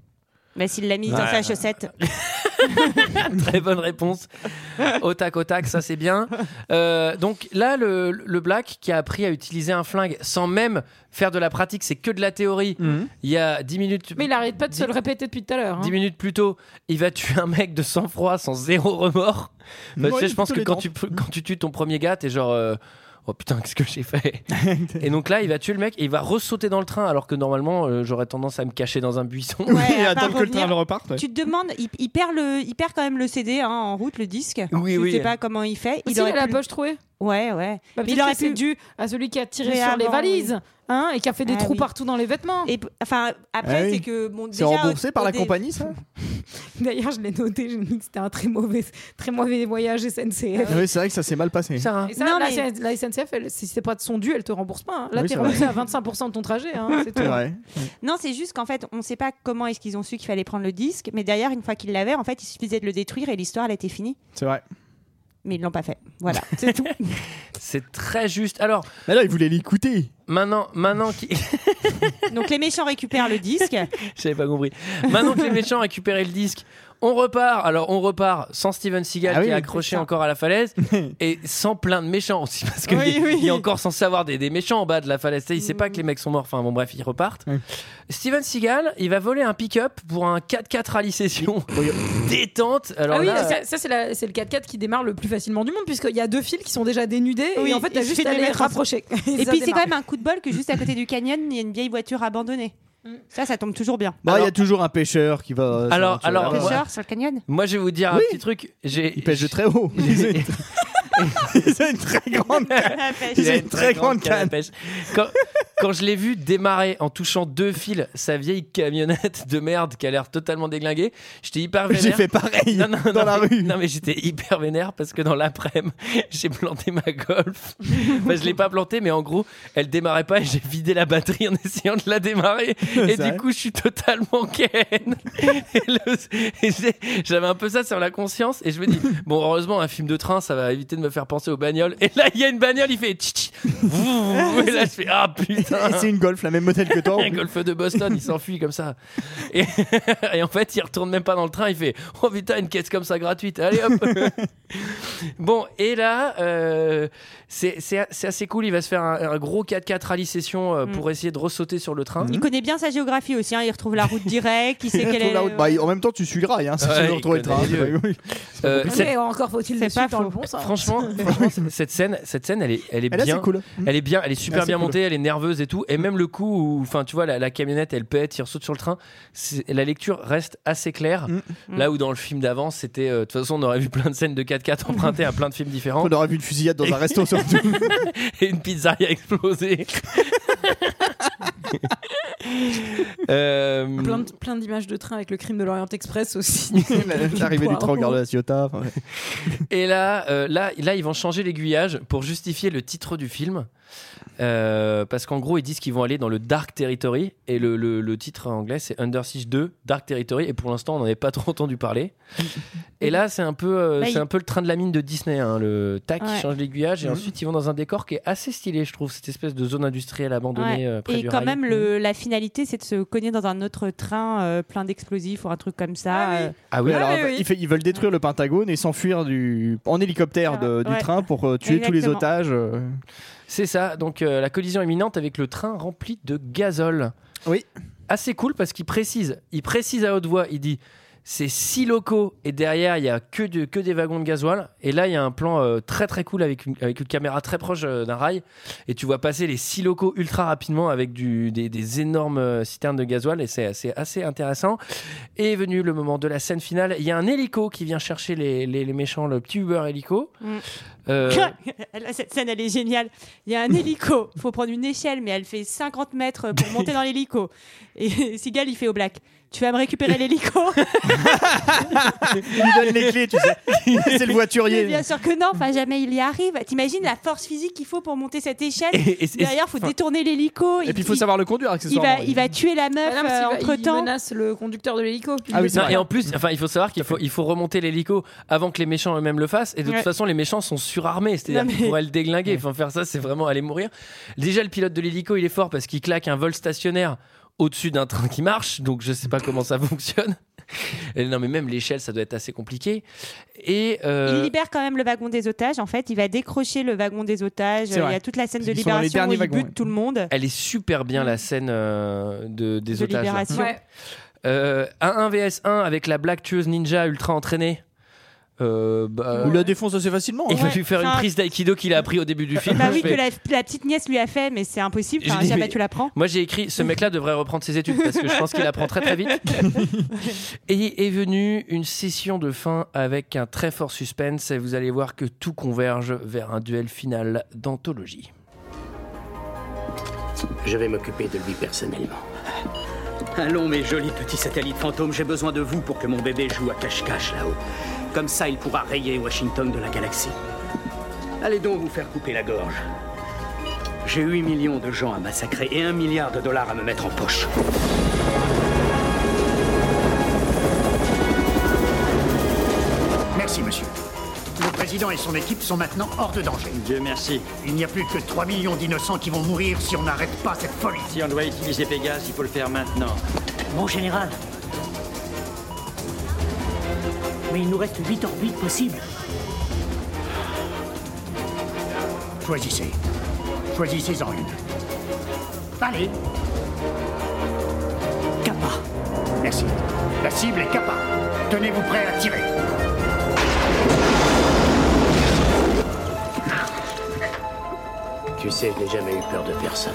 Bah, s'il l'a mis dans
Ouais.
sa chaussette.
Très bonne réponse. Au tac, au tac, ça c'est bien. Euh, donc là, le, le Black qui a appris à utiliser un flingue sans même faire de la pratique, c'est que de la théorie.
Mhm.
Il y a 10 minutes,
Mais il arrête pas de se le répéter depuis tout à l'heure. hein.
10 minutes plus tôt, il va tuer un mec de sang-froid sans zéro remords. Bah,
Ouais,
tu sais,
il
je pense
plutôt
que
les
quand
dents.
tu, quand tu tues ton premier gars, t'es genre. euh, Oh putain, qu'est-ce que j'ai fait Et donc là, il va tuer le mec et il va ressauter dans le train, alors que normalement, euh, j'aurais tendance à me cacher dans un buisson.
Ouais,
Et
à
attendre
part
que le train
revenir.
le reparte. ouais.
Tu te demandes, il, il perd le, il perd quand même le CD hein, en route, le disque.
Oui,
je
oui.
sais pas comment il fait.
Aussi,
Il aurait
Ah, a la
pu-
poche trouée.
Ouais, ouais.
Bah,
Mais
peut-être
il aurait
que c'est
pu.
dû à celui qui a tiré
Mais
sur les
avant,
valises hein, et qui a fait des
Ah
trous
oui.
partout dans les vêtements.
Et p- enfin, après,
Ah oui.
c'est que bon,
C'est
déjà,
remboursé
au-
par
au
la
dé-
compagnie, ça
D'ailleurs, je l'ai noté, j'ai mis que c'était un très mauvais, très mauvais voyage SNCF.
Oui, c'est vrai que ça s'est mal passé.
Sarah.
Ah Et ça, hein.
Non,
la,
mais-
SN- la SNCF, elle, si c'est pas de son dû, elle te rembourse pas. hein. Là,
Oui,
t'es
c'est
remboursé à 25% de ton trajet. hein, c'est tout.
C'est vrai.
Non, c'est juste qu'en fait, on ne sait pas comment est-ce qu'ils ont su qu'il fallait prendre le disque, mais derrière, une fois qu'ils l'avaient, en fait, il suffisait de le détruire et l'histoire, elle était finie.
C'est vrai.
Mais ils l'ont pas fait. Voilà, c'est tout.
C'est très juste. Alors,
Mais là, il voulait l'écouter.
maintenant, maintenant qui.
Donc les méchants récupèrent le disque.
J'avais pas compris. Maintenant que les méchants ont récupéré le disque, On repart. Alors, on repart sans Steven Seagal
Ah oui,
qui est
oui,
accroché
c'est ça.
encore à la falaise et sans plein de méchants aussi. Parce qu'il
Oui,
est,
oui.
il est encore sans savoir des, des méchants en bas de la falaise. Tu sais, Il sait pas que les mecs sont morts. Enfin, bon, bref, ils repartent.
Mm. Oui.
Steven Seagal, il va voler un pick-up pour un 4x4 rallye session détente. Alors
ah oui,
là,
ça, ça, c'est, la- c'est le 4x4 qui démarre le plus facilement du monde, puisqu'il y a deux fils qui sont déjà dénudés,
Oui,
et en fait, t'as
il
juste
suffit
à
de les
les
mettre ensemble.
rapprocher.
Et puis c'est quand même un coup de bol que juste à côté du canyon, il y a une vieille voiture abandonnée. Ça, ça tombe toujours bien.
Bah, il y
Alors-
a toujours un pêcheur qui va. euh,
Alors-
s'aventurer
alors,
Quelle
là-bas.
moi-
heure sur le canyon
moi, je vais vous dire un
Oui.
petit truc. J'ai-
il pêche de très haut. Ils ont une, ils ont une très grande.
Il a
une très grande
à
canne.
pêche. Quand, quand je l'ai vu démarrer en touchant deux fils sa vieille camionnette de merde qui a l'air totalement déglinguée, j'étais hyper vénère.
J'ai fait pareil
Non, non,
dans
non,
la
mais-
rue.
Non, mais j'étais hyper vénère parce que dans l'après-midi, j'ai planté ma golf. Enfin, je l'ai pas plantée, mais en gros, elle démarrait pas et j'ai vidé la batterie en essayant de la démarrer. Et
C'est
du
vrai.
coup, je suis totalement ken. Et le- et j'ai- J'avais un peu ça sur la conscience et je me dis, bon, heureusement, un film de train, ça va éviter de me faire penser aux bagnoles. Et là, il y a une bagnole, il fait tch, tch, vroom. Et là, je fais, ah putain.
Et c'est une golf, la même modèle que toi.
Un golfe de Boston, il s'enfuit comme ça. Et, et en fait, il retourne même pas dans le train. Il fait Oh putain, une caisse comme ça gratuite. Allez hop Bon, et là, euh, c'est c'est- c'est assez cool. Il va se faire un, un gros 4x4 rallye session euh, pour essayer de ressauter sur le train.
Il connaît bien sa géographie aussi, hein. il retrouve la route directe, il sait quelle
Sur
est.
la route. Bah, en même temps, tu suis le rail, hein, si
Ouais,
tu veux
il
retrouver le
connaît
train.
les vieux.
Oui, oui.
Euh, cette-
Mais encore faut-il
C'est
le
pas
suivre dans le
faux.
bon sens.
franchement, franchement, c- cette scène, cette scène, elle est, elle est
Et là,
bien. Mm.
c'est cool. hein.
Elle est bien, elle est super
Ah, c'est
bien
cool.
montée, elle est nerveuse et tout. Et même le coup où, enfin, tu vois, la, la camionnette, elle pète, il saute sur le train. c'est- La lecture reste assez claire.
Mm.
Mmh.
Là où dans le film d'avant, c'était, euh, de toute façon, on aurait vu plein de scènes de 4x4 empruntées à plein de films différents
On aurait vu une fusillade dans un resto surtout.
et une pizzeria explosée. Euh,
Plein, de- plein d'images de train avec le crime de l'Orient Express aussi.
L'arrivée du train au gare de la Ciotat. enfin, ouais.
Et là, euh, là, là, ils vont changer l'aiguillage pour justifier le titre du film. Euh, parce qu'en gros, ils disent qu'ils vont aller dans le Dark Territory. Et le, le- le titre anglais, c'est Under Siege 2, Dark Territory. Et pour l'instant, on n'en avait pas trop entendu parler. Et là, c'est un, peu, euh,
Bah,
c'est
il-
un peu le train de la mine de Disney. hein, le tac,
Ouais.
ils changent l'aiguillage. Et
Mhm.
ensuite, ils vont dans un décor qui est assez stylé, je trouve. Cette espèce de zone industrielle abandonnée
Ouais.
euh, près
Et
du
quand
rail.
même, le- la finalité, c'est de se cogner dans un autre train euh, plein d'explosifs ou un truc comme ça.
Ah oui.
euh.
Ah oui,
Oui, alors,
oui, oui.
Ils, fait- ils veulent détruire le Pentagone et s'enfuir du... en hélicoptère de- du
Ah, Ouais.
train pour euh, tuer tous les
Exactement.
otages. euh.
C'est ça, donc euh, la collision imminente avec le train rempli de gazole.
Oui.
Assez cool parce qu'il précise, il précise à haute voix, il dit c'est six locaux et derrière il y a que, de- que des wagons de gasoil et là il y a un plan euh, très très cool avec une, avec une caméra très proche euh, d'un rail et tu vois passer les six locaux ultra rapidement avec du, des, des énormes euh, citernes de gasoil et c'est c'est assez intéressant. Et est venu le moment de la scène finale, il y a un hélico qui vient chercher les, les- les méchants, le petit Uber hélico.
Mm.
Euh,
Là, Cette scène, elle est géniale. Il y a un hélico, faut prendre une échelle, mais elle fait 50 mètres pour monter dans l'hélico. Et Sigal, il fait au black. Tu vas me récupérer l'hélico
Ils lui donnent les clés, tu sais. c'est le
Mais
voiturier.
bien sûr que non, enfin jamais il y arrive. T'imagines la force physique qu'il faut pour monter cette échelle
et- et- et-
Derrière, faut détourner l'hélico.
Et puis il faut savoir le conduire
Il
accessoirement.
va, il va tuer la
Ah
meuf euh, entre
Il
temps.
menace le conducteur de l'hélico.
Ah oui, c'est
Non,
vrai.
et en plus, enfin, il faut savoir qu'il faut, il faut remonter l'hélico avant que les méchants eux-mêmes le fassent. Et de
Ouais.
toute façon, les méchants sont surarmés, c'est-à-dire
Non, mais-
qu'ils pourraient le déglinguer. Enfin, faire ça, c'est vraiment aller mourir. Déjà, le pilote de l'hélico, il est fort parce qu'il claque un vol stationnaire au-dessus d'un train qui marche. Donc, je sais pas comment ça fonctionne. Et non, mais même l'échelle, ça doit être assez compliqué. Et euh,
Il libère quand même le wagon des otages. En fait, il va décrocher le wagon des otages.
C'est
Il y
vrai.
a toute la scène de
Parce qu'ils sont dans les
libération où
derniers
il
wagons,
bute
ouais.
tout le monde.
elle est super bien la scène euh, de, des
Mm. De
otages. là.
libération.
Ouais.
Euh, un 1vs1 avec la black tueuse ninja ultra entraînée. Euh, bah,
Il la défonce assez facilement.
Il
hein.
va
Ouais,
lui faire une
ça-
prise d'aïkido qu'il a appris au début du film.
Bah
Je
oui, que
fais-
la, la petite nièce lui a fait, mais c'est impossible.
Je
Enfin,
dis,
jamais
mais-
tu l'apprends.
Moi j'ai écrit ce mec-là devrait reprendre ses études parce que je pense qu'il apprend très très vite. Et est venue une session de fin avec un très fort suspense et vous allez voir que tout converge vers un duel final d'anthologie.
Je vais m'occuper de lui personnellement.
Allons, mes jolis petits satellites fantômes, j'ai besoin de vous pour que mon bébé joue à cache-cache là-haut. Comme ça, il pourra rayer Washington de la galaxie. Allez donc vous faire couper la gorge. J'ai 8 millions de gens à massacrer et un milliard de dollars à me mettre en poche.
Merci, monsieur. Le président et son équipe sont maintenant hors de danger.
Dieu merci.
Il n'y a plus que 3 millions d'innocents qui vont mourir si on n'arrête pas cette folie.
Si on doit utiliser Pégase, il faut le faire maintenant.
Mon général, Mais il nous reste 8 orbites possibles. Choisissez. Choisissez-en une. Allez. Kappa. Merci. La cible est Kappa. Tenez-vous prêts à tirer.
Tu sais, je n'ai jamais eu peur de personne.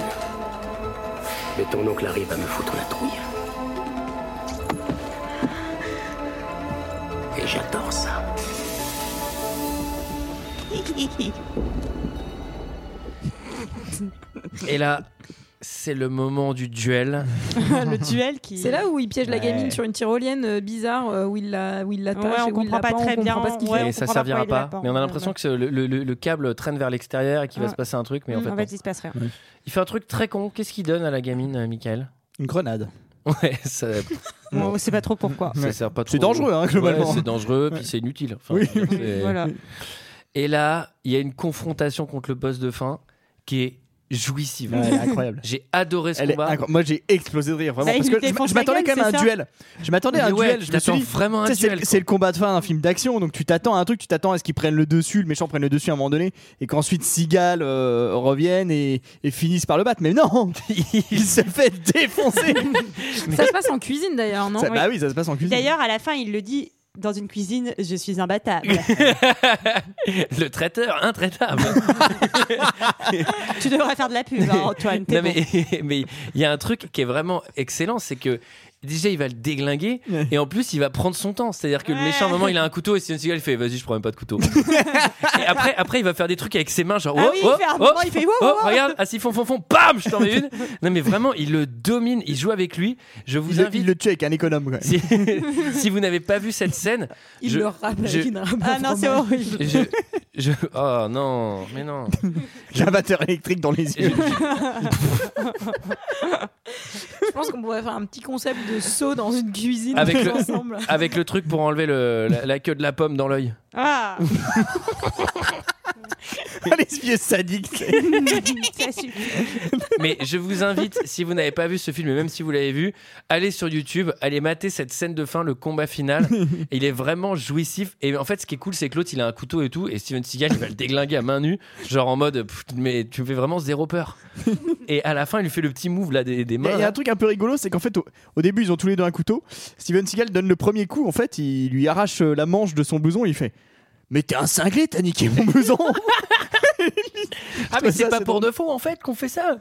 Mais ton oncle arrive à me foutre la trouille. Et j'adore ça.
Et là, c'est le moment du duel.
le duel qui.
C'est là où il piège la
Ouais.
gamine sur une tyrolienne euh, bizarre euh, où il la, où il l'attache.
Ouais, on
et où il
comprend
la
pas
pend,
très
on comprend
bien,
pas ce qu'il
ouais.
fait.
et
on
ça
comprend
servira
pas, il
pas.
l'a pas,
mais on a
ouais,
l'impression
ouais.
que ce- le, le- le- le câble traîne vers l'extérieur et qu'il va
Ah.
Ouais.
se passer un truc, mais en fait,
en
non.
fait, il se passe rien.
il fait un truc très con. Qu'est-ce qu'il donne à la gamine, euh, Michael
Une grenade.
Ouais, ça,
On sait pas trop pourquoi.
Ah, ça sert pas trop.
C'est dangereux, hein, globalement.
Ouais, c'est dangereux, puis c'est inutile. Enfin,
Oui,
je veux dire, c'est-
Voilà.
Et là, il y a une confrontation contre le boss de fin qui est jouissive.
Ouais, elle est incroyable.
J'ai adoré ce
Elle est
combat.
incroyable. Moi j'ai explosé de rire vraiment
Bah,
parce
il
que
lui
je,
défonce
je
la
m'attendais quand
gueule,
même à un
c'est ça
duel. Je m'attendais à un
Mais ouais,
duel. Je me suis
t'attends
dit,
vraiment un
Tu sais, c'est
duel.
le-
quoi.
C'est le combat de fin d'un film d'action, donc tu t'attends à un truc, tu t'attends à ce qu'ils prennent le dessus, le méchant prenne le dessus à un moment donné, et qu'ensuite Seagal euh, revienne et, et finisse par le battre. Mais non, il se fait défoncer.
Ça se passe en cuisine d'ailleurs, non
Ça- Bah oui, ça se passe en cuisine.
D'ailleurs, à la fin, il le dit dans une cuisine, je suis imbattable.
Le traiteur intraitable.
tu devrais faire de la pub, hein, Antoine. t'es
Non,
bon.
mais mais il y a un truc qui est vraiment excellent, c'est que déjà il va le déglinguer
Ouais.
et en plus il va prendre son temps. C'est-à-dire que le
Ouais.
méchant à un moment il a un couteau et Steven Seagal il fait vas-y je prends même pas de couteau. et après après il va faire des trucs avec ses mains genre oh
Ah oui, il
oh,
fait un
oh,
moment, il fait, wow,
oh,
wow, wow.
regarde ah si fond fond fond bam je t'en mets une. Non mais vraiment il le domine, il joue avec lui. Je vous
il, le-
invite
il le tue avec un économe. Quand même.
si, si vous n'avez pas vu cette scène,
Il
je-
le rame
je-
avec une rame à
Ah non, c'est
fromage.
horrible.
je, je- oh non mais non.
L'abatteur électrique dans les
Je-
yeux.
Je pense qu'on pourrait faire un petit concept de saut dans une cuisine
Avec
tous
le-
ensemble.
Avec le truc pour enlever le- la, la queue de la pomme dans l'œil.
Ah,
les vieux sadiques.
ça suffit.
Mais je vous invite, si vous n'avez pas vu ce film, et même si vous l'avez vu, allez sur YouTube, allez mater cette scène de fin, le combat final. il est vraiment jouissif. Et en fait, ce qui est cool, c'est que l'autre, il a un couteau et tout, et Steven Seagal, il va le déglinguer à main nue, genre en mode, Pff, mais tu me fais vraiment zéro peur. et à la fin, il lui fait le petit move là des, des
Il y a-
mains.
il y a un truc un peu rigolo, c'est qu'en fait, au, au début, ils ont tous les deux un couteau. Steven Seagal donne le premier coup, en fait, il lui arrache euh, la manche de son blouson, il fait Mais t'es un cinglé, t'as niqué mon blouson
Ah mais
Ça,
c'est pas
c'est
pour
drôle.
de faux en fait qu'on fait ça.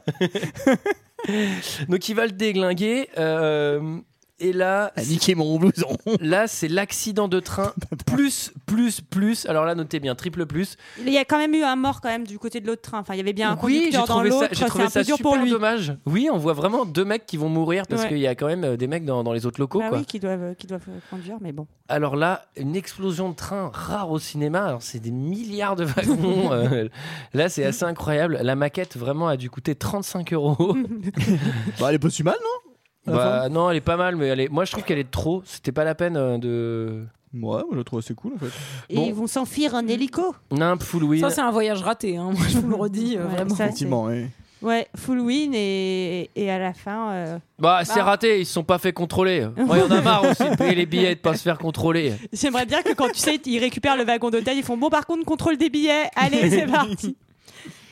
Donc il va le déglinguer. euh, et là,
T'as niqué mon blouson
là c'est l'accident de train plus plus plus. Alors là notez bien triple plus.
Il y a quand même eu un mort quand même du côté de l'autre train. Enfin, il y avait bien un
oui, j'ai
conducteur dans
trouvé ça,
l'autre.
j'ai
C'est
trouvé
un
ça
peu dur
super
pour lui.
dommage. Oui, on voit vraiment deux mecs qui vont mourir parce
Ouais.
qu'il y a quand même euh, des mecs dans, dans les autres locaux.
Bah
quoi.
oui, qui doivent, qui doivent euh, conduire, mais bon.
Alors là, une explosion de train rare au cinéma. Alors c'est des milliards de wagons. euh, là, c'est assez incroyable. La maquette vraiment a dû coûter 35 euros.
Bah, elle est pas si mal, non À la fin
Bah, non, elle est pas mal, mais elle est... moi je trouve qu'elle est trop. C'était pas la peine euh, de.
Ouais, je le trouve assez cool en fait.
Et
Bon.
ils vont s'enfuir en hélico.
Nymph, Full Win.
Ça, c'est un voyage raté, hein. moi je vous le redis. euh,
Ouais,
vraiment.
ça, c'est-
Effectivement, ouais.
Ouais, full win et, et à la fin. euh,
Bah, c'est raté, ils se sont pas fait contrôler. Ouais, y en a marre aussi de payer les billets et de pas se faire contrôler.
J'aimerais bien que quand tu sais, ils récupèrent le wagon d'hôtel, ils font bon, par contre, contrôle des billets. Allez, c'est parti.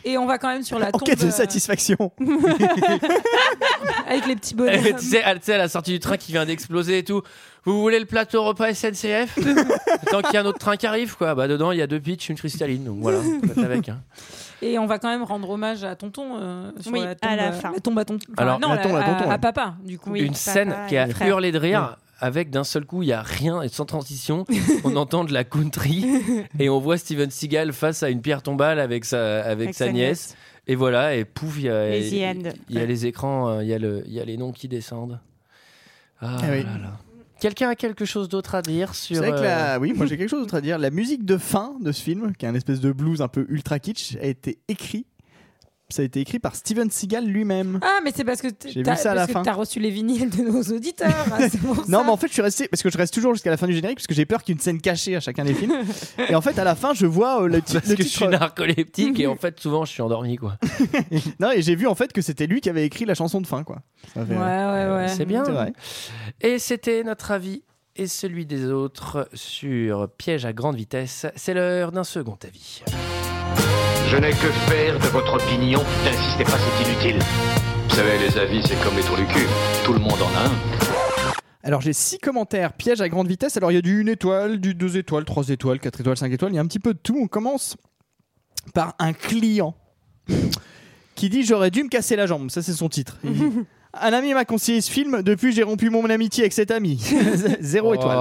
Et on va quand même sur la tombe
Enquête de
euh,
satisfaction
avec les petits
Eh,
bonhommes.
mais tu sais, à, tu sais, à la sortie du train qui vient d'exploser et tout. Vous voulez le plateau repas SNCF Tant qu'il y a un autre train qui arrive, quoi. Bah, dedans, il y a deux pitchs, une cristalline. Donc voilà, faites avec. hein.
Et on va quand même rendre hommage à tonton euh, sur
Oui,
la tombe
à la
euh,
fin.
tombe à tonton. Enfin,
Alors,
non,
la tombe à
à,
tonton,
à
ouais.
papa, du coup.
Oui.
une scène
papa
qui
et
a
le frère.
hurlé de rire. Avec d'un seul coup, il y a rien et sans transition, on entend de la country et on voit Steven Seagal face à une pierre tombale avec sa avec, sa, nièce. Et voilà, et pouf, il y a,
Les
il-
end.
il y a les écrans, euh, il y, a le- il y a les noms qui descendent. Ah,
Ah oui.
là là. Quelqu'un a quelque chose d'autre à dire sur.
C'est vrai que
euh,
la... Oui, moi j'ai quelque chose d'autre à dire. La musique de fin de ce film, qui est un espèce de blues un peu ultra kitsch, a été écrit. Ça a été écrit par Steven Seagal lui-même.
Ah, mais c'est parce que t-
J'ai vu
t'as
ça à la
parce
fin.
que t'as reçu les vinyles de nos auditeurs. hein, c'est pour
Non,
ça.
mais en fait, je suis resté parce que je reste toujours jusqu'à la fin du générique parce que j'ai peur qu'il y ait une scène cachée à chacun des films. Et en fait, à la fin, je vois euh, le, ti-
Parce
le
que je
titre.
suis narcoleptique et en fait, souvent, je suis endormi, quoi.
non, et j'ai vu en fait que c'était lui qui avait écrit la chanson de fin, quoi. Ça fait- euh,
Ouais, ouais, ouais.
C'est bien.
C'est vrai.
Et c'était notre avis et celui des autres sur Piège à grande vitesse. C'est l'heure d'un second avis.
Je n'ai que faire de votre opinion. N'insistez pas, c'est inutile. Vous savez, les avis, c'est comme les trous du cul. Tout le monde en a un.
Alors j'ai six commentaires pièges à grande vitesse. Alors il y a du 1 étoile, du 2 étoiles, 3 étoiles, 4 étoiles, 5 étoiles. Il y a un petit peu de tout. On commence par un client qui dit j'aurais dû me casser la jambe. Ça c'est son titre. Il dit, un ami m'a conseillé ce film. Depuis j'ai rompu mon amitié avec cet ami. Zéro
Oh,
étoile.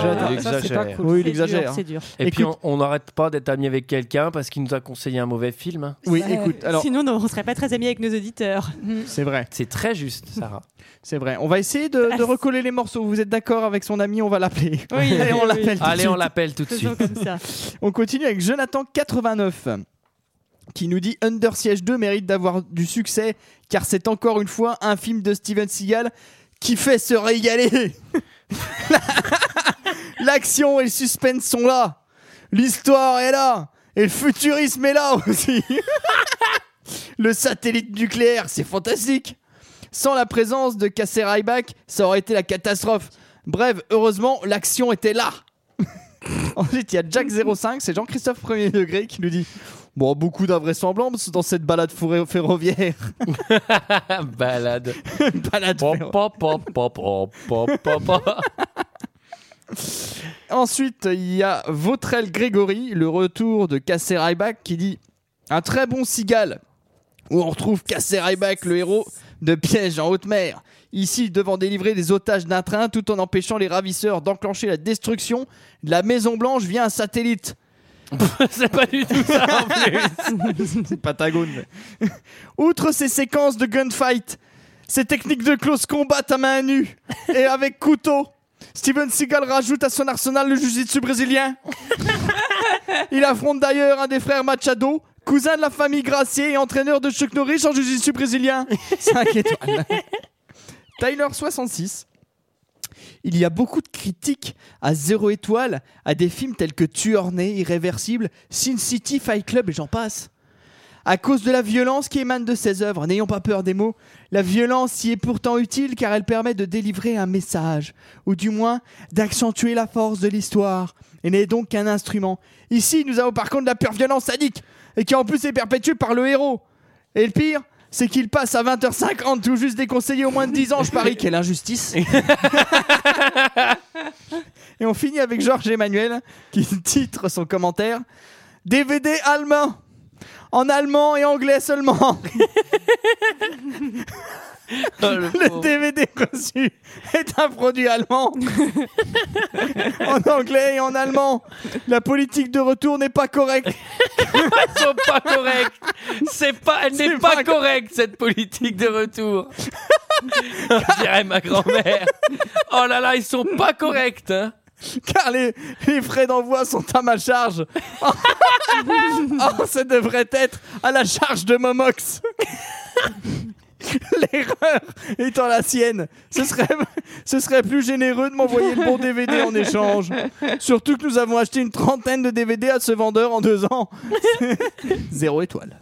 J'adore.
il
Ah, Ça, c'est
exagère.
pas cool. Oui, il
C'est
exagère. hein.
dur, c'est Et puis on- on n'arrête pas d'être ami avec quelqu'un parce qu'il nous a conseillé un mauvais film. hein.
Oui, écoute, alors-
Sinon, non, on serait pas très amis avec nos auditeurs.
C'est vrai.
C'est très juste, Sarah.
C'est vrai. On va essayer de, de recoller les morceaux. Vous êtes d'accord avec son ami On va l'appeler.
Oui,
Allez, on
oui, oui.
l'appelle tout de
Allez, on
suite.
l'appelle tout de Faisons suite. comme ça.
On continue avec Jonathan89 qui nous dit Under Siege 2 mérite d'avoir du succès car c'est encore une fois un film de Steven Seagal qui fait se régaler. L'action et le suspense sont là. L'histoire est là. Et le futurisme est là aussi. le satellite nucléaire, c'est fantastique. Sans la présence de Kasser Ryback, ça aurait été la catastrophe. Bref, heureusement, l'action était là. Ensuite, il y a Jack05, c'est Jean-Christophe Premier Degré qui nous dit Bon, beaucoup d'invraisemblances dans cette balade fourré- ferroviaire.
Balade.
Balade.
Pop, pop, pop, pop, pop, pop, pop.
Ensuite, il y a Vautrel Grégory, le retour de Casser Ryback, qui dit Un très bon cigale, où on retrouve Casser Ryback, le héros de piège en haute mer. Ici, devant délivrer des otages d'un train tout en empêchant les ravisseurs d'enclencher la destruction de la Maison Blanche via un satellite.
C'est pas du tout ça en
plus. C'est Patagone. mais. Outre ces séquences de gunfight, ces techniques de close combat à main nue et avec couteau, Steven Seagal rajoute à son arsenal le jiu-jitsu brésilien. Il affronte d'ailleurs un des frères Machado, cousin de la famille Gracier et entraîneur de Chuck Norris en jiu-jitsu brésilien. 5 étoiles. Tyler66. Il y a beaucoup de critiques à zéro étoile à des films tels que Tueur né, Irréversible, Sin City, Fight Club et j'en passe. À cause de la violence qui émane de ces œuvres, n'ayons pas peur des mots, la violence y est pourtant utile car elle permet de délivrer un message, ou du moins d'accentuer la force de l'histoire, et n'est donc qu'un instrument. Ici, nous avons par contre la pure violence sadique, et qui en plus est perpétuée par le héros. Et le pire, c'est qu'il passe à 20h50 tout juste déconseillé au moins de 10 ans, je parie. Quelle injustice Et on finit avec Georges Emmanuel qui titre son commentaire DVD allemand en allemand et anglais seulement.
le
le DVD reçu est un produit allemand en anglais et en allemand. La politique de retour n'est pas correcte.
Ils sont pas corrects. C'est pas, elle n'est pas, correcte cette politique de retour. Je dirais ma grand-mère. Oh là là, ils sont pas corrects. hein.
car les, les frais d'envoi sont à ma charge. Oh, oh, ça devrait être à la charge de Momox. L'erreur étant la sienne, ce serait, ce serait plus généreux de m'envoyer le bon DVD en échange. Surtout que nous avons acheté une trentaine de DVD à ce vendeur en deux ans. Zéro étoile.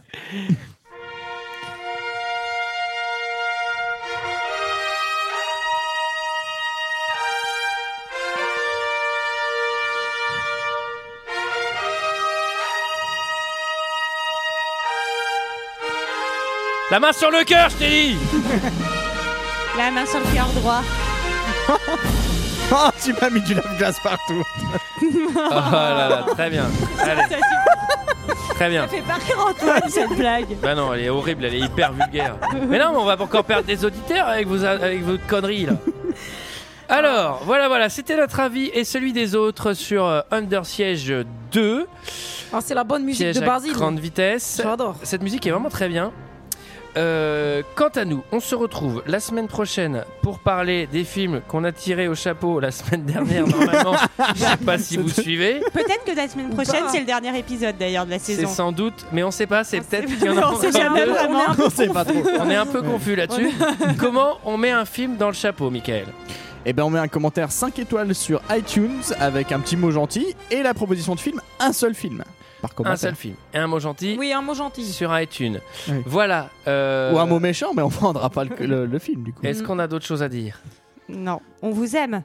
La main sur le cœur, je t'ai dit.
La main sur le cœur droit.
Oh, tu m'as mis du lave-glace partout.
Oh là là, très bien. Allez, très bien.
Fais pas rire Antoine cette blague.
Bah non, elle est horrible, elle est hyper vulgaire. Mais non, mais on va encore perdre des auditeurs avec vos, avec vos conneries là. Alors, voilà, voilà, c'était notre avis et celui des autres sur euh, Under Siege 2.
Alors, Ah, c'est la bonne musique
Siège
de
à
Barzil.
grande vitesse. Cette musique est vraiment très bien. Euh, quant à nous, on se retrouve la semaine prochaine pour parler des films qu'on a tirés au chapeau la semaine dernière. Normalement, je sais pas si vous suivez.
Peut-être que la semaine prochaine,
pas.
c'est le dernier épisode d'ailleurs de la
C'est
saison.
sans doute, mais on sait pas. C'est peut-être qu'il y en a
On sait
encore
jamais
deux.
vraiment. On est un peu On sait
pas confus. trop.
On est un peu confus là-dessus. Comment on met un film dans le chapeau, Michael
Eh ben on met un commentaire 5 étoiles sur iTunes avec un petit mot gentil et la proposition de film, un seul film. Par commentaire.
Un seul film et un mot gentil.
Oui, un mot gentil.
Sur iTunes. Voilà. euh,
Ou un mot méchant, mais on vendra pas le, le- le film du coup.
Est-ce qu'on a d'autres choses à dire
Non, on vous aime.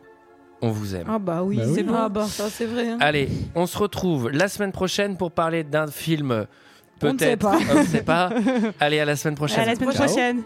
on vous aime.
Ah bah oui,
Bah oui.
c'est bon.
Ah
bah ça c'est vrai.
Allez, on se retrouve la semaine prochaine pour parler d'un film.
On ne sait
Peut-être,
pas.
on ne sait pas. Allez, à la semaine prochaine.
À la semaine
Ciao.
prochaine.